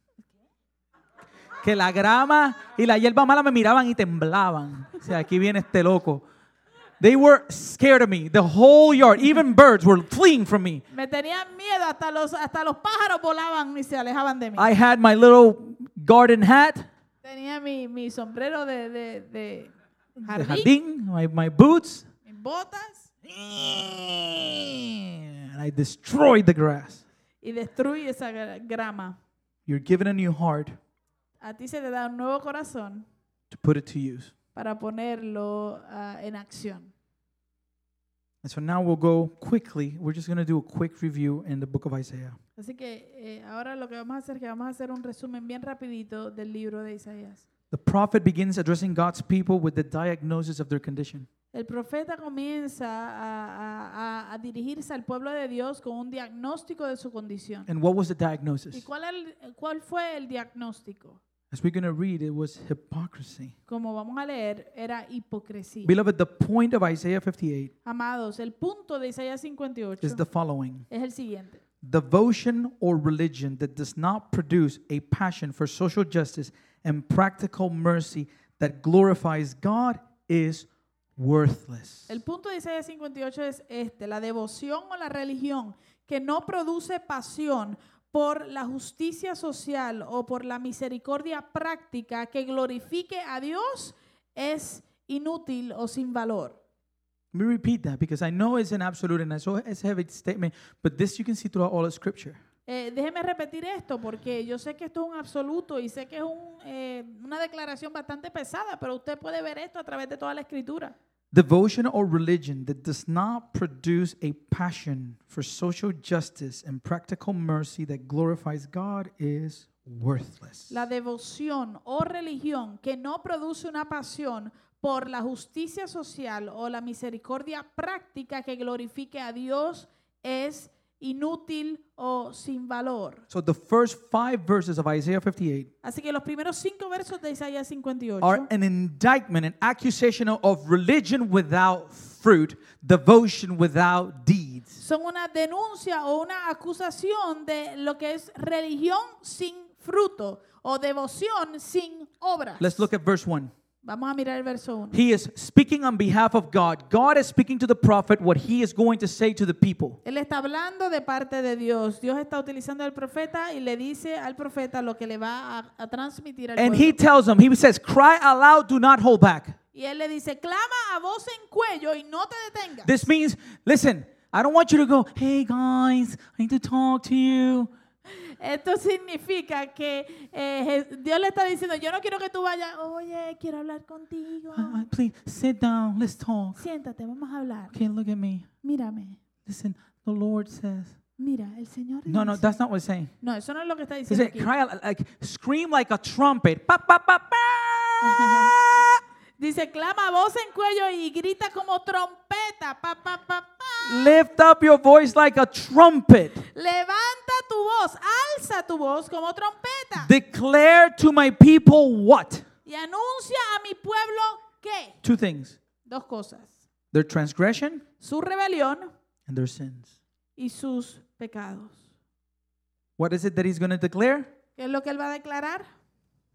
Que la grama y la hierba mala me miraban y temblaban. O sea, aquí viene este loco. They were scared of me. The whole yard, even birds were fleeing from me. Me tenían miedo, hasta los, hasta los pájaros volaban y se alejaban de mí. I had my little garden hat, Tenía mi, mi sombrero de, de, de the jardín, jardín, my, my boots, mis botas, and I destroyed the grass. y destruí esa gra- grama. You're given a new heart A ti se te da un nuevo corazón to put it to use. para ponerlo ah, en acción. And so now we'll go quickly. We're just going to do a quick review in the book of Isaiah. Así que eh, ahora lo que vamos a hacer es que vamos a hacer un resumen bien rapidito del libro de Isaías. The prophet begins addressing God's people with the diagnosis of their condition. El profeta comienza a, a- a- a dirigirse al pueblo de Dios con un diagnóstico de su condición. And what was the ¿Y diagnosis? cuál, el- cuál fue el diagnóstico? As we're going to read, it was hypocrisy. Como vamos a leer, era hipocresía. Beloved, the point of Isaiah 58 Amados, el punto de Isaías 58 is the following es el siguiente. Devotion or religion that does not produce a passion for social justice and practical mercy that glorifies God is worthless. El punto de Isaías 58 es este, la devoción o la religión que no produce pasión por la justicia social o por la misericordia práctica que glorifique a Dios es inútil o sin valor. Let me repeat that because I know it's an absolute and I saw it's a heavy statement, but this you can see throughout all of Scripture. Eh, déjeme repetir esto porque yo sé que esto es un absoluto y sé que es un, eh, una declaración bastante pesada, pero usted puede ver esto a través de toda la escritura. Devotion or religion that does not produce a passion for social justice and practical mercy that glorifies God is worthless. La devoción o religión que no produce una pasión por la justicia social o la misericordia práctica que glorifique a Dios es inútil o sin valor. So the first five verses of Isaiah 58 Así que los primeros cinco versos de Isaías 58 are an indictment, an accusation of religion without fruit, devotion without deeds. son una denuncia o una acusación de lo que es religión sin fruto o devoción sin obras. Let's look at verse 1. Vamos a mirar el verso 1. He is speaking on behalf of God. God is speaking to the prophet what he is going to say to the people. Él está hablando de parte de Dios. Dios está utilizando al profeta y le dice al profeta lo que le va a, a transmitir al And pueblo. he tells them, he says, Cry aloud, do not hold back. y él le dice, clama a voz en cuello y no te detengas. This means, listen, I don't want you to go, hey guys, I need to talk to you. Esto significa que eh, Je- Dios le está diciendo, yo no quiero que tú vayas, oye, quiero hablar contigo. Uh, uh, please sit down. Let's talk. Siéntate, vamos a hablar. Okay, look at me. Mírame, Listen, the Lord says. mira, el Señor No, no, dice- that's not what it's saying. No, eso no es lo que está He diciendo said, aquí. cry out, like, scream like a trumpet. Pa, pa, pa, pa. Dice, clama voz en cuello y grita como trompeta. Pa, pa, pa, pa. Lift up your voice like a trumpet. Levanta tu voz, alza tu voz como trompeta. Declare to my people what? y anuncia a mi pueblo que. Two things Dos cosas. their transgression Su rebelión and their sins. y sus pecados. What is it that he's going to declare? ¿Qué es lo que él va a declarar?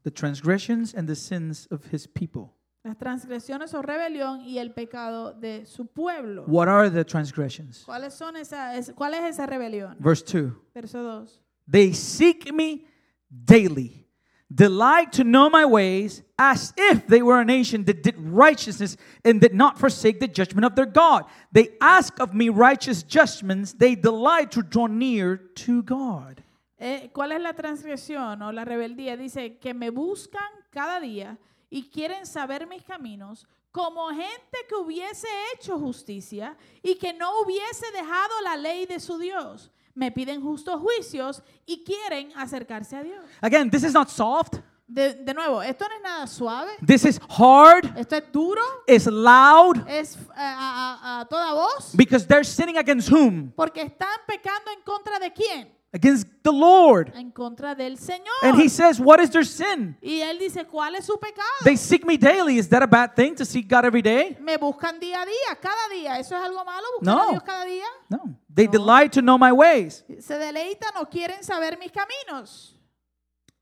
The transgressions and the sins of his people. Las transgresiones o rebelión y el pecado de su pueblo. What are the transgressions? ¿Cuáles son esa, es- ¿Cuál es esa rebelión? Verse 2 Verso 2. They seek me daily, delight to know my ways, as if they were a nation that did righteousness and did not forsake the judgment of their God. They ask of me righteous judgments, they delight to draw near to God. Eh, ¿Cuál es la transgresión o la rebeldía? Dice que me buscan cada día y quieren saber mis caminos como gente que hubiese hecho justicia y que no hubiese dejado la ley de su Dios. Me piden justos juicios y quieren acercarse a Dios. Again, this is not soft, De, de nuevo, esto no es nada suave, this is hard, esto es duro, it's loud, es eh, a, a- a toda voz, because they're sinning against whom? porque están pecando en contra de quién? Against the Lord. En contra del Señor. And he says, What is their sin? y él dice, ¿cuál es su pecado? They seek me daily. Is that a bad thing to seek God every day? Me buscan día a día, cada día. ¿Eso es algo malo? ¿Buscar a No. Dios cada día? No. They delight to know my ways. Se deleitan o quieren saber mis caminos.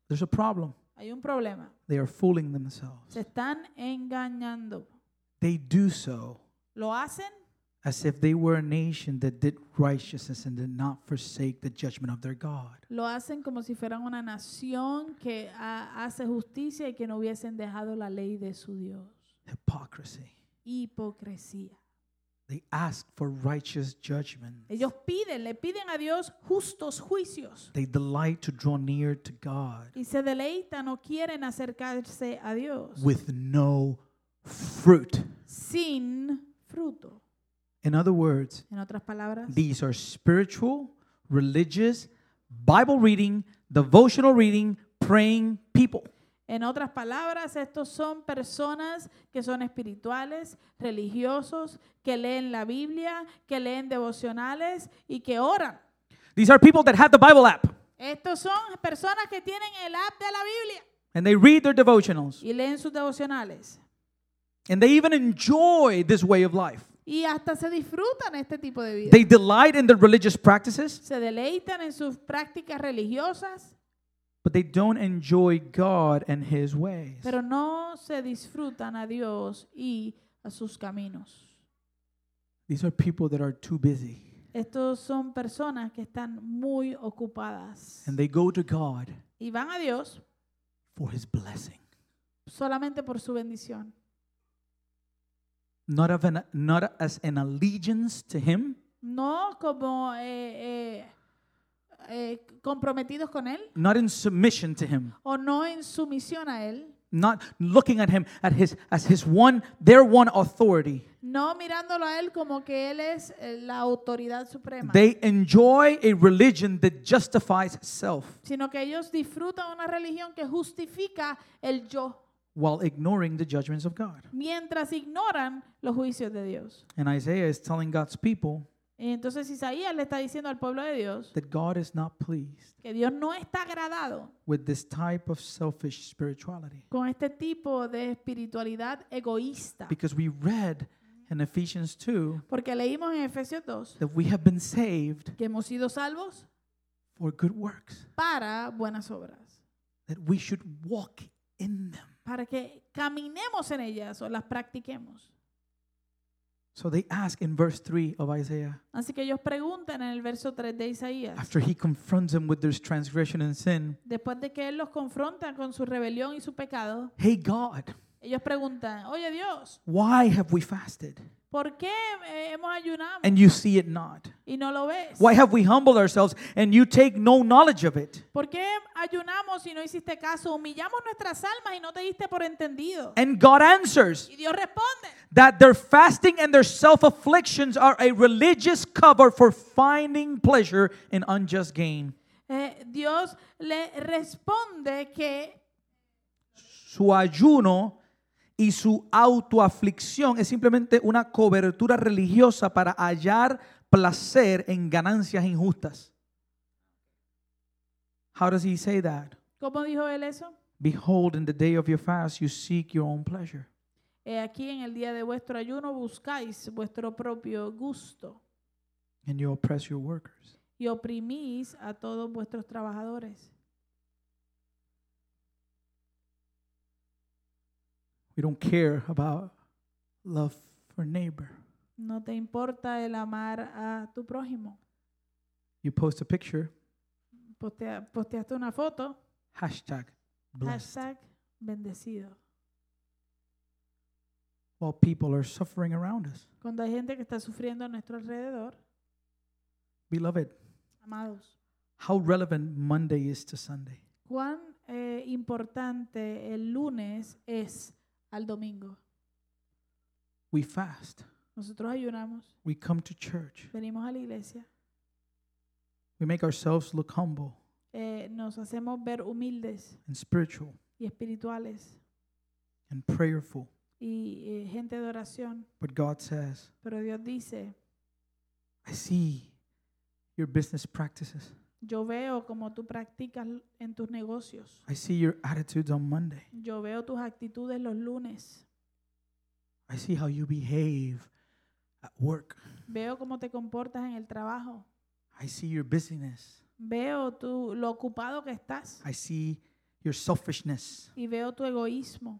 There's a problem. Hay un problema. They are fooling themselves. Se están engañando. They do so Lo hacen as if they were a nation that did righteousness and did not forsake the judgment of their God. lo hacen como si fueran una nación que ha- hace justicia y que no hubiesen dejado la ley de su Dios. Hypocrisy. Hipocresía. They ask for righteous judgment. Ellos piden, le piden a Dios justos juicios They delight to draw near to God y se deleitan o quieren acercarse a Dios with no fruit. sin fruto. In other words, En otras palabras, These are spiritual, religious, Bible reading, devotional reading, praying people. En otras palabras, estos son personas que son espirituales, religiosos, que leen la Biblia, que leen devocionales y que oran. These are people that have the Bible app Estos son personas que tienen el app de la Biblia and they read their devotionals y leen sus devocionales. and they even enjoy this way of life. Y hasta se disfrutan este tipo de vida. They delight in their religious practices, Se deleitan en sus prácticas religiosas, but they don't enjoy God and His ways. pero no se disfrutan a Dios y a sus caminos. These are people that are too busy Estos son personas que están muy ocupadas and they go to God y van a Dios for His blessing, solamente por su bendición. not, of an, not as an allegiance to Him, No como eh, eh, eh, comprometidos con Él not in submission to Him. o no en sumisión a Él. not looking at him at his as his one their one authority No mirándolo a Él como que Él es eh, la autoridad suprema. they enjoy a religion that justifies self sino que ellos disfrutan una religión que justifica el yo while ignoring the judgments of god mientras ignoran los juicios de Dios. and isaiah is telling god's people Y entonces Isaías le está diciendo al pueblo de Dios that god is not pleased que Dios no está agradado with this type of selfish spirituality con este tipo de espiritualidad egoísta. because we read in ephesians 2 Porque leímos en Efesios 2 that we have been saved que hemos sido salvos for good works para buenas obras, that we should walk in them para que caminemos en ellas o las practiquemos. so they ask in verse 3 of isaiah Así que ellos preguntan en el verso 3 de Isaías, after he confronts them with their transgression and sin después de que Él los confronta con su rebelión y su pecado, hey god Ellos preguntan, oye Dios, Why have we fasted? ¿por qué eh, hemos ayunado And you see it not. y no lo ves? Why have we humbled ourselves and you take no knowledge of it? ¿Por qué ayunamos y no hiciste caso? Humillamos nuestras almas y no te diste por entendido. And God answers Y Dios responde that their fasting and their self afflictions are a religious cover for finding pleasure in unjust gain. Eh, Dios le responde que Su ayuno y su autoaflicción es simplemente una cobertura religiosa para hallar placer en ganancias injustas. How does he say that? ¿Cómo dijo él eso? Behold, in the day of your fast, you seek your own pleasure. Eh, aquí en el día de vuestro ayuno buscáis vuestro propio gusto and you oppress your workers. y oprimís a todos vuestros trabajadores. We don't care about love for neighbor. No te importa el amar a tu prójimo. You post a picture, Postea- posteaste una foto, hashtag blessed, hashtag bendecido. while people are suffering around us. Cuando hay gente que está sufriendo a nuestro alrededor, Beloved, amados, how relevant Monday is to Sunday. cuán eh, importante el lunes es al domingo. We fast, Nosotros ayunamos, we come to church, venimos a la iglesia, we make ourselves look humble eh, nos hacemos ver humildes and spiritual y espirituales and prayerful. y eh, gente de oración, But God says, pero Dios dice, I see your business practices, yo veo como tú practicas en tus negocios. I see your attitudes on Monday, Yo veo tus actitudes los lunes. I see how you behave at work, Veo cómo te comportas en el trabajo. I see your busyness. Veo tu, lo ocupado que estás. I see your selfishness. Y veo tu egoísmo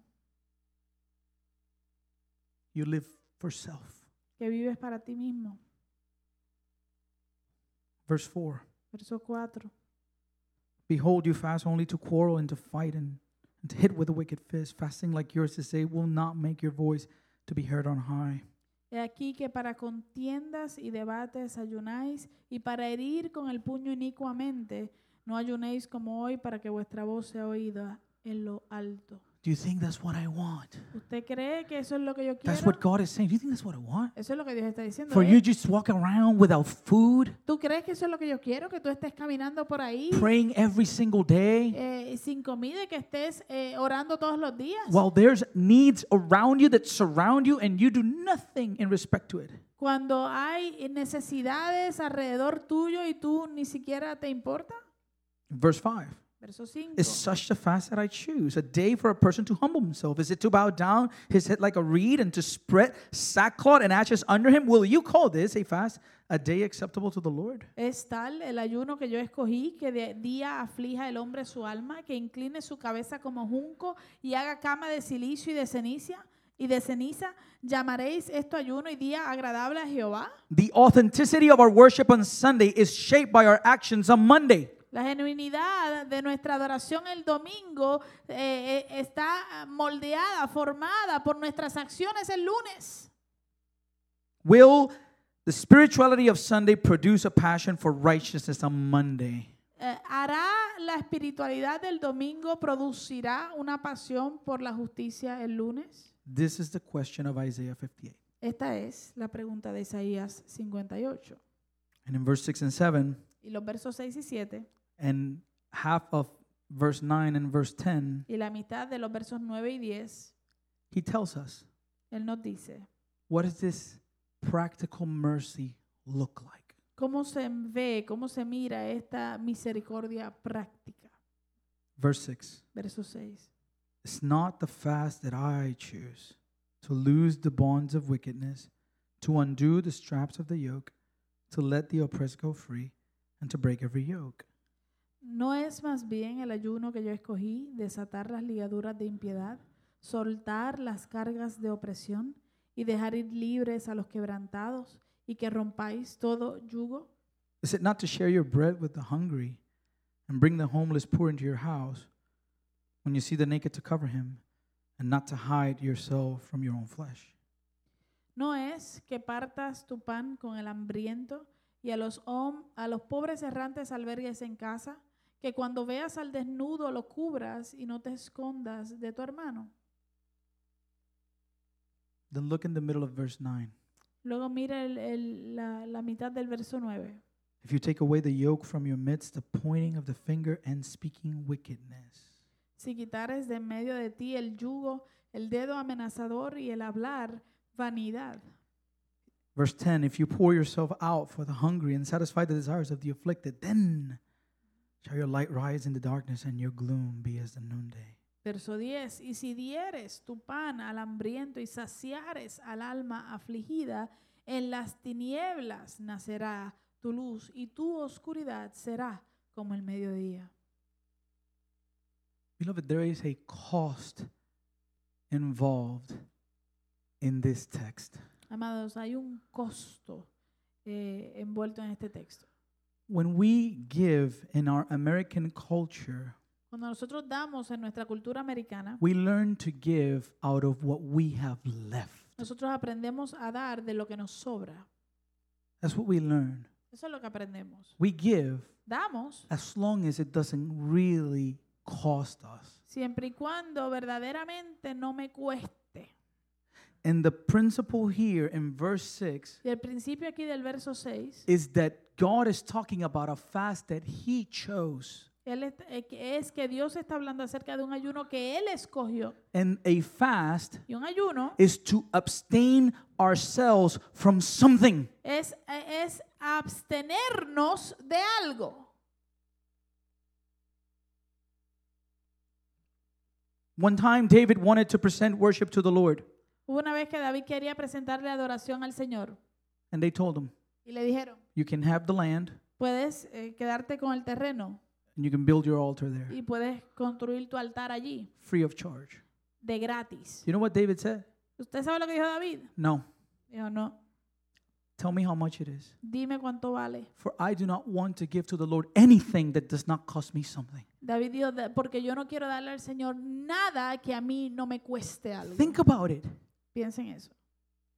You live for self. que vives para ti mismo. Verse 4 Verso 4. Behold, you fast only to quarrel and to fight and, and to hit with a wicked fist. Fasting like yours to say will not make your voice to be heard on high. He aquí que para contiendas y debates ayunáis, y para herir con el puño inicuamente, no ayunéis como hoy para que vuestra voz sea oída en lo alto. Do you think that's what I want? ¿Usted cree que eso es lo que yo That's quiero? what God is saying. Do you think that's what I want? Eso es lo que Dios está diciendo. For ¿eh? you just walk around without food, ¿Tú crees que eso es lo que yo quiero? Que tú estés caminando por ahí praying every single day, eh, sin comida y que estés eh, orando todos los días. while there's needs around you that surround you and you do nothing in respect to it. Cuando hay necesidades alrededor tuyo y tú ni siquiera te importa. Verse 5. Verso 5. Is such the fast that I choose, a day for a person to humble himself? Is it to bow down his head like a reed and to spread sackcloth and ashes under him? Will you call this a fast, a day acceptable to the Lord? Es tal el ayuno que yo escogí que de día aflija el hombre su alma, que incline su cabeza como junco y haga cama de silicio y de ceniza y de ceniza. ¿Llamaréis esto ayuno y día agradable a Jehová? The authenticity of our worship on Sunday is shaped by our actions on Monday. La genuinidad de nuestra adoración el domingo eh, eh, está moldeada, formada por nuestras acciones el lunes. Will the spirituality of Sunday produce a passion for righteousness on Monday? Eh, hará la espiritualidad del domingo, producirá una pasión por la justicia el lunes. This is the question of Isaiah 58. Esta es la pregunta de Isaías 58. And in verse 6 and 7, Y los versos 6 y 7, and half of verse 9 and verse 10, y la mitad de los versos 9 y 10, he tells us. él nos dice, What does this practical mercy look like? ¿cómo se ve, cómo se mira esta misericordia práctica? Verse 6 Verso 6. It's not the fast that I choose to loose the bonds of wickedness, to undo the straps of the yoke, to let the oppressed go free, and to break every yoke. ¿No es más bien el ayuno que yo escogí, desatar las ligaduras de impiedad, soltar las cargas de opresión y dejar ir libres a los quebrantados y que rompáis todo yugo? Is it not to share your bread with the hungry and bring the homeless poor into your house when you see the naked to cover him and not to hide yourself from your own flesh. No es que partas tu pan con el hambriento y a los, hom- a los pobres errantes albergues en casa, que cuando veas al desnudo lo cubras y no te escondas de tu hermano. Then look in the middle of verse 9. Luego mira el- el- la, la mitad del verso 9. If you take away the yoke from your midst, the pointing of the finger and speaking wickedness. Si quitares de en medio de ti el yugo, el dedo amenazador y el hablar vanidad. Verse 10 If you pour yourself out for the hungry and satisfy the desires of the afflicted, then shall your light rise in the darkness and your gloom be as the noonday. Verso 10. Y si dieres tu pan al hambriento y saciares al alma afligida, en las tinieblas nacerá tu luz y tu oscuridad será como el mediodía. Beloved, there is a cost involved in this text. Amados, hay un costo eh, envuelto en este texto. When we give in our American culture, Cuando nosotros damos en nuestra cultura americana, we learn to give out of what we have left. nosotros aprendemos a dar de lo que nos sobra. That's what we learn. Eso es lo que aprendemos. We give Damos as long as it doesn't really cost us. siempre y cuando verdaderamente no me cueste. And the principle here in verse 6 Y el principio aquí del verso 6 is that God is talking about a fast that He chose él est- eh, que es que Dios está hablando acerca de un ayuno que Él escogió. and a fast Y un ayuno is to abstain ourselves from something. es, eh, es abstenernos de algo. One time, David wanted to present worship to the Lord, Hubo una vez que David quería presentarle adoración al Señor and they told him, y le dijeron, You can have the land puedes eh, quedarte con el terreno and you can build your altar there y puedes construir tu altar allí free of charge. de gratis. You know what David said? ¿Usted sabe lo que dijo David? No. Dijo, no, Tell me how much it is. dime cuánto vale. For I do not want to give to the Lord anything that does not cost me something. David dijo, "Da- porque yo no quiero darle al Señor nada que a mí no me cueste algo. Think about it. Piensen eso.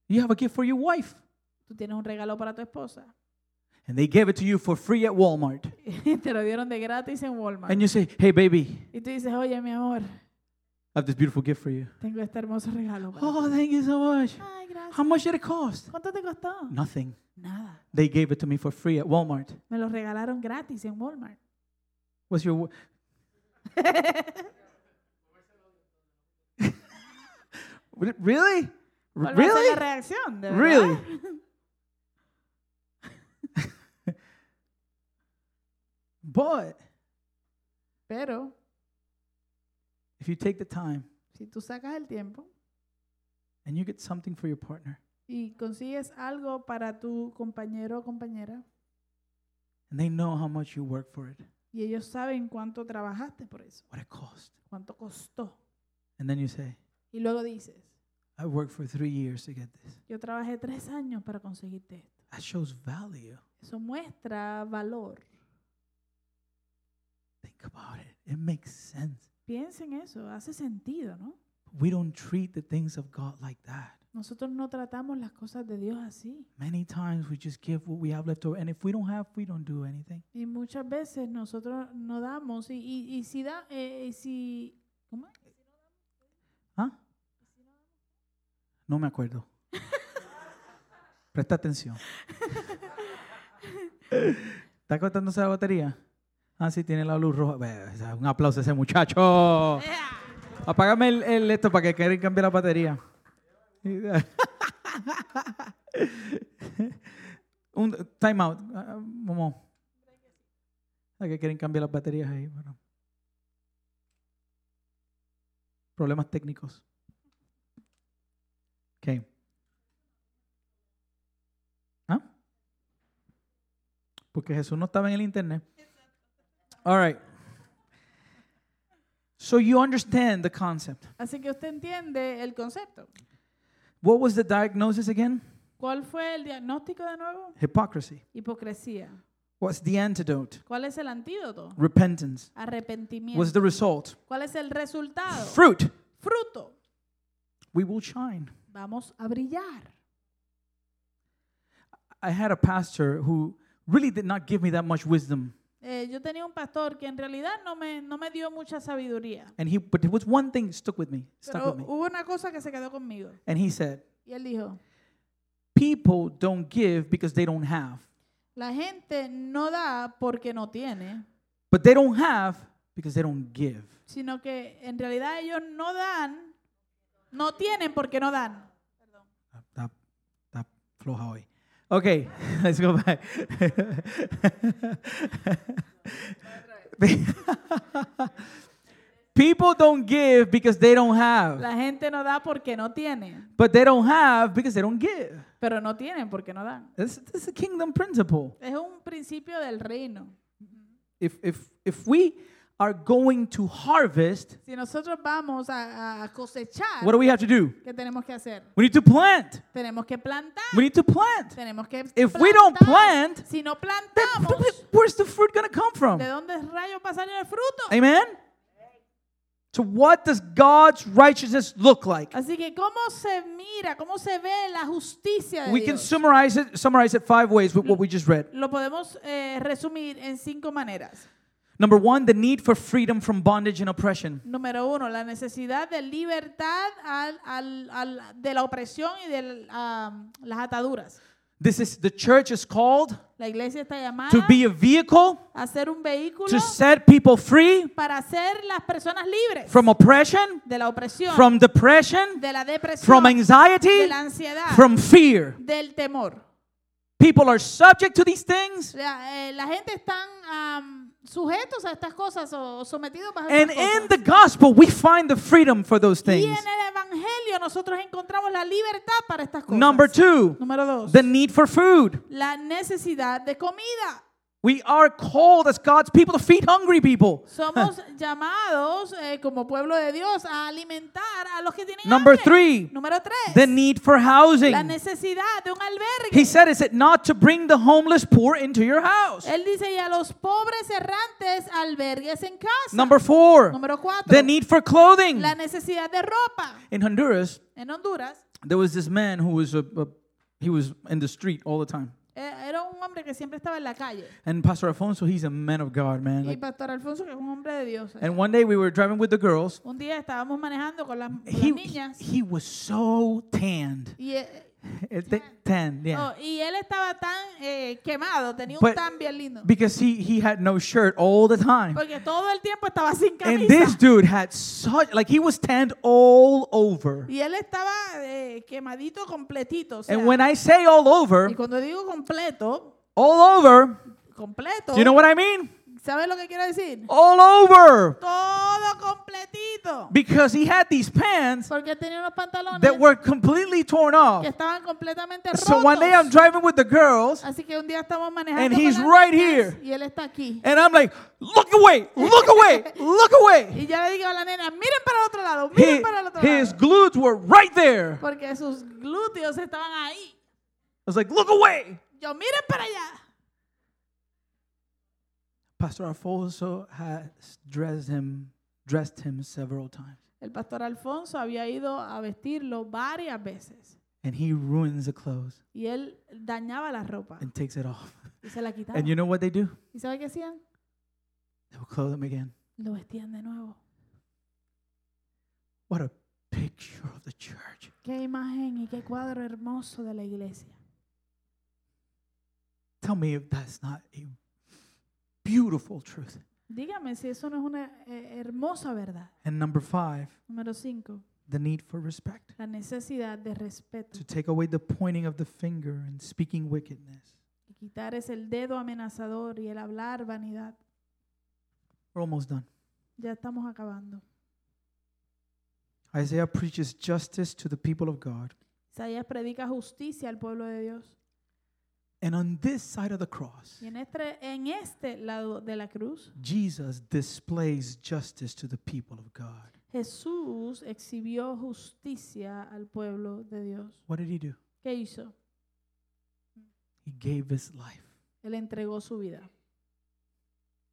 You have a gift for your wife, Tú tienes un regalo para tu esposa. and they gave it to you for free at Walmart. Te lo dieron de gratis en Walmart. And you say, Hey, baby, Y tú dices, oye, mi amor, I have this beautiful gift for you. tengo este hermoso regalo. Para ti". Oh, thank you so much. Ay, gracias. How much did it cost? ¿Cuánto te costó? Nothing. Nada. They gave it to me for free at Walmart. Me lo regalaron gratis en Walmart. What's your. wo- Re- really? ¿Cuál R- va a ser la Really? reacción? ¿De verdad? Really? But Pero if you take the time si tú sacas el tiempo and you get something for your partner, y consigues algo para tu compañero o compañera and they know how much you work for it, y ellos saben cuánto trabajaste por eso, what it cost. cuánto costó, And then you say, y luego dices, I worked for three years to get this. yo trabajé tres años para conseguirte esto. That shows value. Eso muestra valor. Think about it. It makes sense. Piensen eso, hace sentido, ¿no? We don't treat the things of God like that. Nosotros no tratamos las cosas de Dios así. Many times we just give what we have left over, and if we don't have, we don't do anything. Y muchas veces nosotros no damos. Y, y, y si da, eh, y si. ¿Cómo es? Huh? No me acuerdo. Presta atención. ¿Está cortándose la batería? Ah, sí, tiene la luz roja. Bueno, Un aplauso a ese muchacho. Eh, Apágame el, el esto para que quieren cambiar la batería. Un time out. Ah, ah, Vamos. Ah, que quieren cambiar las baterías ahí. bueno. Problemas técnicos. Ok. ¿Ah? Porque Jesús no estaba en el internet. All right. So you understand the concept. Así que usted entiende el concepto. What was the diagnosis again? ¿Cuál fue el diagnóstico de nuevo? Hypocrisy. Hipocresía. What's the antidote? ¿Cuál es el antídoto? Repentance. What's Pues, Arrepentimiento. the result? Oh. ¿Cuál es el resultado? Fruit. Fruto. we will shine. Vamos a brillar. I had a pastor who really did not give me that much wisdom. Eh, yo tenía un pastor que en realidad no me, no me dio mucha sabiduría. And he, but there was one thing stuck with me, stuck Pero with me. hubo una cosa que se quedó conmigo. And he said, Y él dijo, people don't give because they don't have, la gente no da porque no tiene, but they don't have because they don't give. sino que en realidad ellos no dan, no tienen porque no dan. Tap, tap, floja hoy. Okay, let's go back. People don't give because they don't have, La gente no da porque no tiene, but they don't have because they don't give. pero no tienen porque no dan. This, this is a kingdom principle. Es un principio del reino. If, if, if we are going to harvest, Si nosotros vamos a, a cosechar, what do we have to do? ¿qué tenemos que hacer? We need to plant. Tenemos que plantar. We need to plant. Tenemos que If we don't plantar. plant, si no then plantamos, where's the fruit going to come from? ¿de dónde rayos va a salir el fruto? Amen? So, what does God's righteousness look like? Así que cómo se mira, cómo se ve la justicia de We can Dios. summarize it, summarize it five ways with what we just read. Lo podemos eh, resumir en cinco maneras. Number one, the need for freedom from bondage and oppression. Número uno, la necesidad de libertad al- al- al- de la opresión y de ah, las ataduras. This is the church is called La iglesia está llamada to be a vehicle a ser un vehículo to set people free para hacer las personas libres from oppression, de la opresión, from depression, de la depresión, from de anxiety, la ansiedad, from fear. del temor. People are subject to these O things, sea, eh, la gente están am, sujetos a estas cosas o sometidos bajo and estas in cosas. the gospel, we find the freedom for those y en things. el evangelio nosotros encontramos la libertad para estas cosas. Number two, Número dos, the need for food. la necesidad de comida. We are called as God's people to feed hungry people. Somos llamados eh, como pueblo de Dios a alimentar a los que tienen Number hambre. three, Número tres, the need for la housing. necesidad de un albergue. He said, Is it not to bring the homeless poor into your house? Él dice, y a los pobres errantes albergues en casa. Number four, Número cuatro, the need for clothing. la necesidad de ropa. In Honduras, En Honduras there was this man who was a, a- he was in the street all the time. eh, era un hombre que siempre estaba en la calle. And Pastor Alfonso, he's a man of God, man. Y Like, Pastor Alfonso, que es un hombre de Dios. eh. and one day we were driving with the girls. Un día estábamos manejando con las, con las He, niñas he was so tanned. y, eh, Tanned, yeah. Pues, oh, y él estaba tan eh, quemado, tenía But- un tan bien lindo. Because he, he had no shirt all the time. Porque todo el tiempo estaba sin And camisa. this dude had such like he was tanned all over. Y él estaba eh, quemadito completito. o sea, And when I say all y over, cuando digo completo, all over, completo, you know what I mean? ¿sabes lo que quiero decir? All over. Todo completito. Because he had these pants Porque él tenía unos pantalones that were completely torn que off. estaban completamente rotos. So one day I'm driving with the girls Así que un día estamos manejando And con he's las right niñas here. y él está aquí. and I'm like, look away, look away, look away. Y yo le digo a la nena, miren para el otro lado, miren He, para el otro his lado. glutes were right there. I Porque sus glúteos estaban ahí. was like, look away. Yo, miren para allá. Pastor Alfonso has dressed him, dressed him several times. El pastor Alfonso había ido a vestirlo varias veces. And he ruins the clothes Y él dañaba la ropa and takes it off. y se la quitaba. And you know what they do? ¿Y sabe qué hacían? They will clothe him again. Lo vestían de nuevo. What a picture of the church. Qué imagen y qué cuadro hermoso de la iglesia. Tell me if that's not a beautiful truth. Dígame si eso no es una eh, hermosa verdad. And number five, Número 5. the need for respect. La necesidad de respeto. To take away the pointing of the finger and speaking wickedness. Y quitar es el dedo amenazador y el hablar vanidad. We're almost done. Ya estamos acabando. Isaiah preaches justice to the people of God. Isaías predica justicia al pueblo de Dios. And on this side of the cross, Y en este, en este lado de la cruz, Jesus displays justice to the people of God. Jesús exhibió justicia al pueblo de Dios. What did he do? ¿Qué hizo? He gave his life. Él entregó su vida.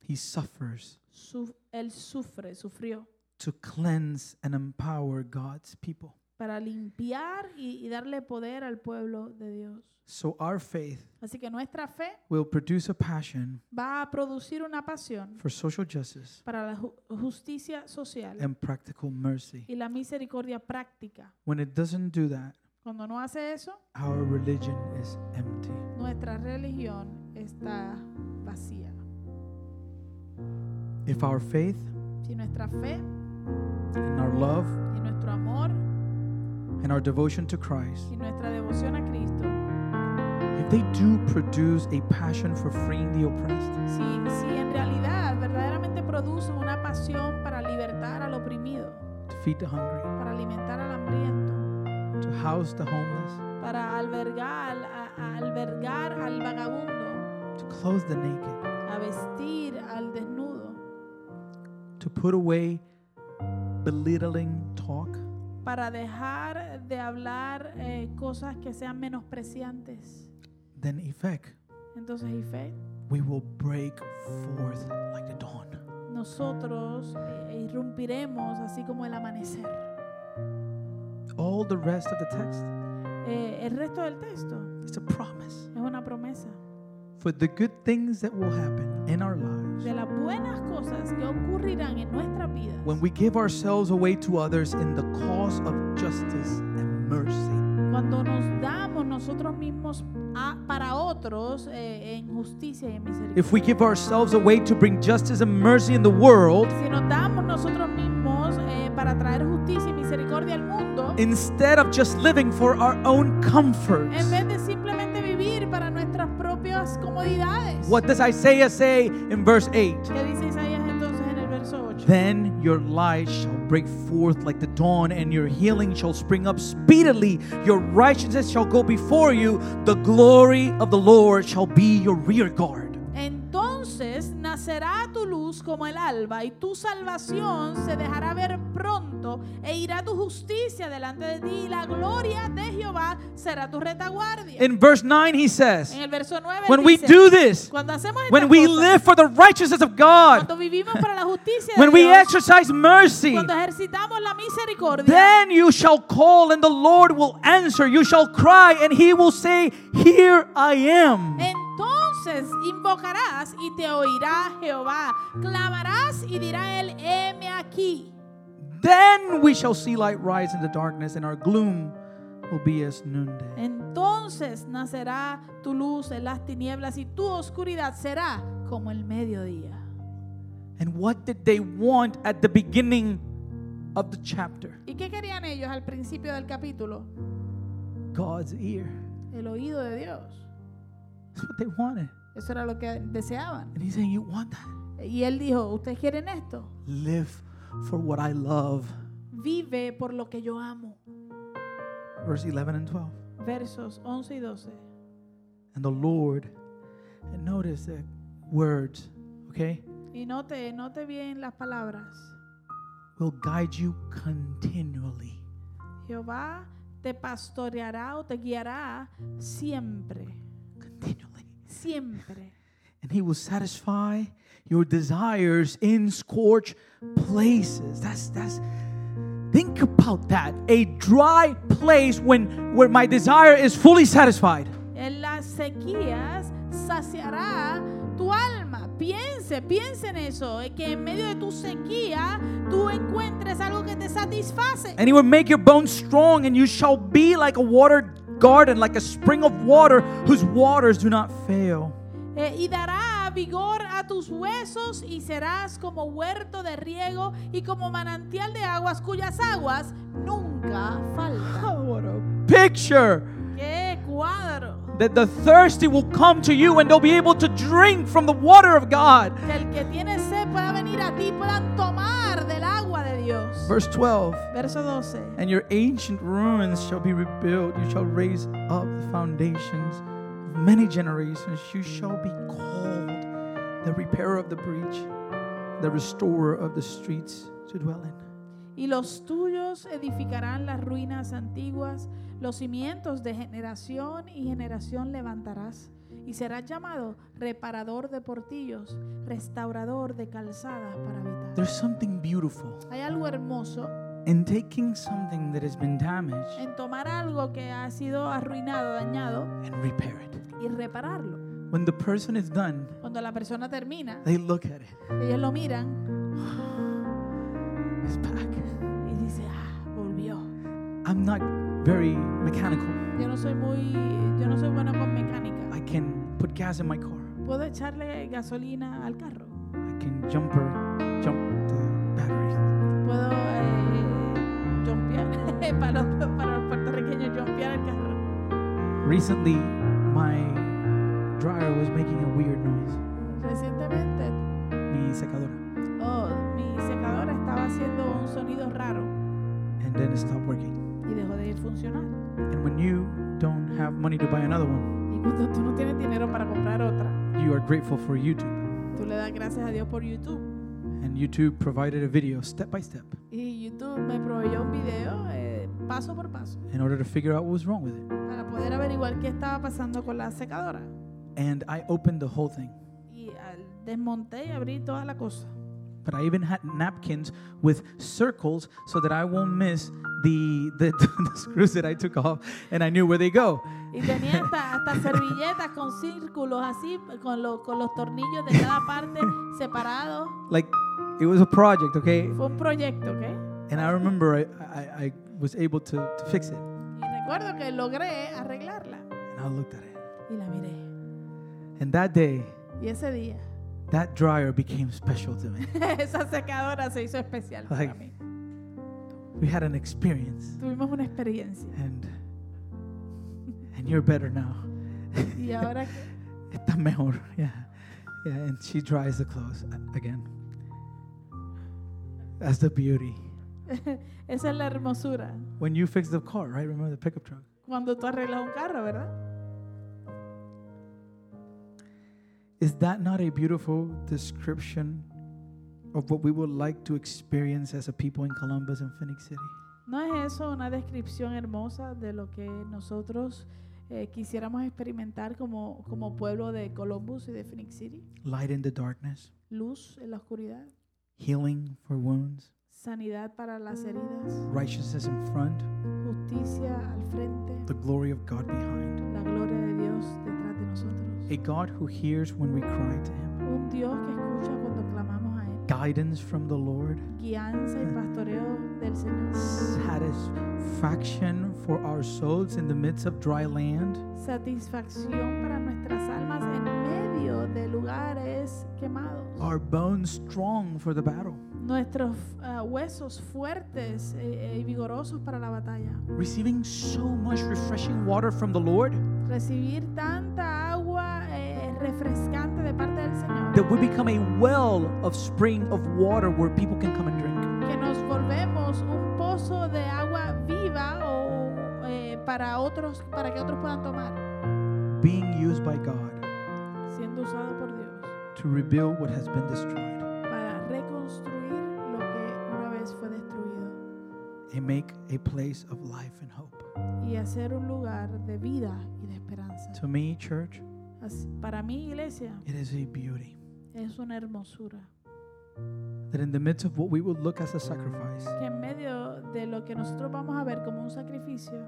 He suffers Su- él sufre, sufrió to cleanse and empower God's people. para limpiar y, y darle poder al pueblo de Dios. So our faith Así que nuestra fe will produce a passion va a producir una pasión for social justice para la ju- justicia social and practical mercy. y la misericordia práctica. When it doesn't do that, Cuando no hace eso, our religion is empty. nuestra religión está vacía. If our faith Si nuestra fe and our love y nuestro amor and our devotion to Christ, y nuestra devoción a Cristo, if they do produce a passion for freeing the oppressed, si, si en realidad verdaderamente produce una pasión para libertar al oprimido, to feed the hungry, para alimentar al hambriento, to house the homeless, para albergar, a- a albergar al vagabundo, to clothe the naked, a vestir al desnudo, to put away belittling talk, para dejar de hablar eh, cosas que sean menospreciantes. then effect Entonces, y fe, we will break forth like the dawn. nosotros eh, irrumpiremos así como el amanecer. All the rest of the text Eh, el resto del texto is a promise es una promesa for the good things that will happen in our lives de las buenas cosas que ocurrirán en nuestras vidas when we give ourselves away to others in the cause of justice and mercy. cuando nos damos nosotros mismos a- para otros eh, en justicia y en misericordia. If we give ourselves away to bring justice and mercy in the world Si nos damos nosotros mismos eh, para traer justicia y misericordia al mundo, instead of just living for our own comforts. en vez de simplemente vivir para nuestras propias comodidades, What does Isaiah say in verse 8? que dice Isaías entonces en el verso 8. Then your light shall break forth like the dawn, and your healing shall spring up speedily. Your righteousness shall go before you. The glory of the Lord shall be your rear guard. Entonces nacerá tu luz como el alba y tu salvación se dejará ver pronto e irá tu justicia delante de ti y la gloria de Jehová será tu retaguardia. In verse 9, he says, en el verso 9 When we dice, do this, cuando hacemos estas when we cosas, live for the righteousness of God, cuando vivimos para la justicia de when we Dios, exercise mercy, cuando ejercitamos la misericordia, then you shall call, and the Lord will answer. You shall cry, and he will say, Here I am. entonces invocarás y te oirá Jehová, clamarás y dirá él, heme aquí. Then we shall see light rise in the darkness, and our gloom will be as noonday. Entonces nacerá tu luz en las tinieblas y tu oscuridad será como el mediodía. And what did they want at the beginning of the chapter? ¿Y qué querían ellos al principio del capítulo? God's ear. El oído de Dios. That's what they wanted. Eso era lo que deseaban. And he's saying, You want that? Y él dijo, ¿ustedes quieren esto? Live for what I love. Vive por lo que yo amo. Verse 11 and 12. Versos 11 y 12. And the Lord, and notice the words, okay, Y note, note bien las palabras. will guide you continually. Jehová te pastoreará o te guiará siempre, Continually. siempre. And he will satisfy your desires in scorch places. That's that's think about that. A dry place when where my desire is fully satisfied. En las sequías saciará tu alma. Piense, piense en eso, eh, que en medio de tu sequía tú encuentres algo que te satisface. And he will make your bones strong, and you shall be like a watered garden, like a spring of water whose waters do not fail. Eh, y dará vigor a tus huesos y serás como huerto de riego y como manantial de aguas cuyas aguas nunca faltan. Oh, what a picture! ¡Qué cuadro! That the thirsty will come to you and they'll be able to drink from the water of God. Que el que tiene sed pueda venir a ti, puedan tomar del agua de Dios. Verse 12. Verso 12. and your ancient ruins shall be rebuilt. You shall raise up the foundations of many generations. You shall be called the repairer of the breach, the restorer of the streets to dwell in. Y los tuyos edificarán las ruinas antiguas, los cimientos de generación y generación levantarás. Y serás llamado reparador de portillos, restaurador de calzadas para habitar. There's something beautiful Hay algo hermoso in taking something that has been damaged en tomar algo que ha sido arruinado, dañado and repair it. y repararlo. When the person is done, Cuando la persona termina, they look at it. ellos lo miran It's back. y dicen, ah, volvió. I'm not very mechanical. Yo no soy muy, yo no soy buena con mecánica. I can put gas in my car. Puedo echarle gasolina al carro. I can jumper jump the battery. Puedo eh, jumpear para los, para los puertorriqueños, jumpear el carro. Recently, my dryer was making a weird noise. Recientemente, Mi secadora. oh, mi secadora estaba haciendo un sonido raro And then it stopped working. y dejó de funcionar. And when you don't have money to buy another one, Y cuando tú no tienes dinero para comprar otra, you are grateful for YouTube. tú le das gracias a Dios por YouTube. And YouTube provided a video step by step Y YouTube me proveyó un video eh, paso por paso in order to figure out what was wrong with it. para poder averiguar qué estaba pasando con la secadora. And I opened the whole thing. Y al- desmonté y abrí toda la cosa. But I even had napkins with circles so that I won't miss the, the, the screws that I took off and I knew where they go. Y tenía hasta, hasta servilletas con círculos así, con, lo- con los tornillos de cada parte separados. Like it was a project, okay? Fue un proyecto, ¿ok? And I remember I, I, I was able to, to fix it. Y recuerdo que logré arreglarla. And I looked at it. Y la miré. And that day, Y ese día, that dryer became special to me. esa secadora se hizo especial para Like- mí. We had an experience. Tuvimos una experiencia. And, and you're better now. Y ahora que- Está mejor. Yeah. Yeah. And she dries the clothes a- again. That's the beauty. esa es la hermosura. When you fix the car, right? Remember the pickup truck? Cuando tú arreglas un carro, ¿verdad? Is that not a beautiful description of what we would like to experience as a people in Columbus and Phoenix City? ¿No es eso una descripción hermosa de lo que nosotros eh, quisiéramos experimentar como, como pueblo de Columbus y de Phoenix City? Light in the darkness, Luz en la oscuridad, healing for wounds, sanidad para las heridas, righteousness in front, justicia al frente, the glory of God behind. la gloria de Dios detrás de nosotros. A God who hears when we cry to Him, Un Dios que escucha cuando clamamos a Él. guidance from the Lord, Guianza y pastoreo del Señor. satisfaction for our souls in the midst of dry land. Satisfacción para nuestras almas en medio de lugares quemados. Our bones strong for the battle, nuestros ah, huesos fuertes eh, eh, y vigorosos para la batalla. receiving so much refreshing water from the Lord Recibir tanta agua eh, refrescante de parte del Señor. that we become a well of spring of water where people can come and drink. Que nos volvemos un pozo de agua viva o, eh, para, otros, para que otros puedan tomar. Being used by God Siendo usado por Dios to rebuild what has been destroyed para reconstruir lo que una vez fue destruido. and make a place of life and hope. Y hacer un lugar de vida y de esperanza. To me, church, Así- para mí, iglesia, it is a beauty es una hermosura. that in the midst of what we would look as a sacrifice que en medio de lo que nosotros vamos a ver como un sacrificio,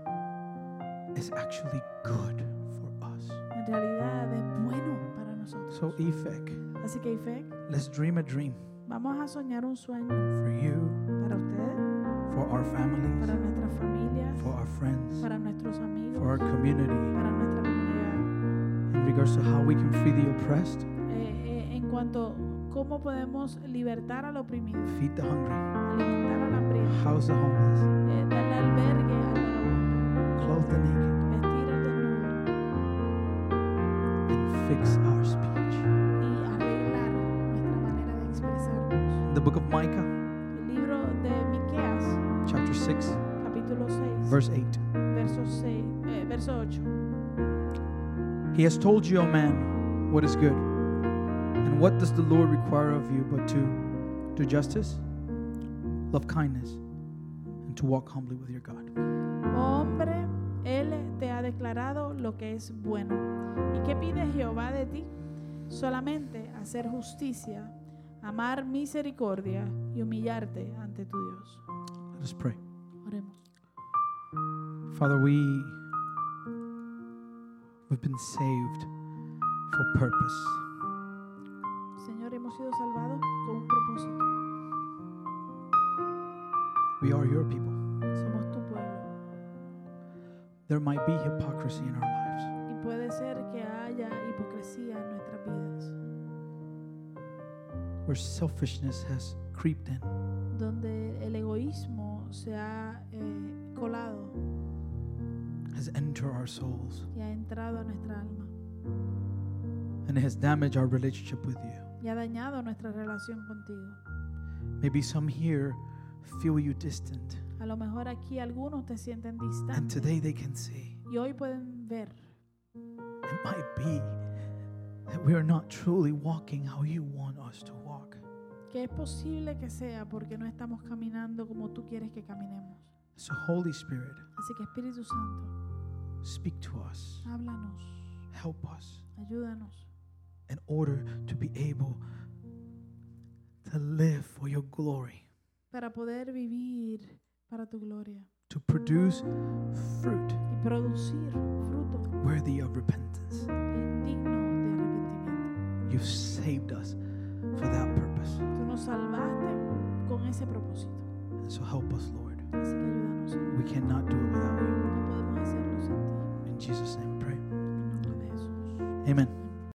is actually good for us. en realidad es bueno para nosotros. So, Efek, Así que, Ifec, let's dream a dream vamos a soñar un sueño for you, para ustedes, for our para families, nuestras familias, for our friends, para nuestros for our amigos, community, para nuestra comunidad. in regards to how we can free the oppressed, Eh, eh, en cuanto a cómo podemos libertar al oprimido, feed the hungry, alimentar al hambriento, house the homeless, eh, darle albergue al vagabundo, clothe the naked. vestir al desnudo and fix our speech. y arreglar nuestra manera de expresarnos. In the book of Micah, El libro de Miqueas, chapter 6, capítulo 6. verse 8. verso, 6, eh, verso 8. He has told you, O man, what is good. And what does the Lord require of you but to do justice, love kindness, and to walk humbly with your God? Oh hombre, Él te ha declarado lo que es bueno. ¿Y qué pide Jehová de ti? Solamente hacer justicia, amar misericordia y humillarte ante tu Dios. Let us Let's pray. Oremos. Father, we we've been saved for purpose. Señor, hemos sido salvados con un propósito. We are your people. Somos tu pueblo. There might be hypocrisy in our lives. Y puede ser que haya hipocresía en nuestras vidas, where selfishness has creeped in, donde el egoísmo se ha eh, colado has entered our souls, y ha entrado a nuestra alma and has damaged our relationship with you. y ha dañado nuestra relación contigo. Maybe some here feel you distant, A lo mejor aquí algunos te sienten and distantes today they can see y hoy pueden ver it might be that we are not truly walking how you want us to walk. que es posible que sea porque no estamos caminando como tú quieres que caminemos. So, Holy Spirit, Así que Espíritu Santo, speak to us, háblanos, help us ayúdanos in order to be able to live for your glory, para poder vivir para tu gloria to produce fruit y producir fruto worthy of repentance. eh, digno de arrepentimiento. You've saved us for that purpose. Tú nos salvaste con ese propósito. And so help us, Lord. Así que ayúdanos, Señor. We cannot do it without you. No podemos hacerlo sin ti. In Jesus' name, we pray. En nombre de Jesús. Amen. Amén.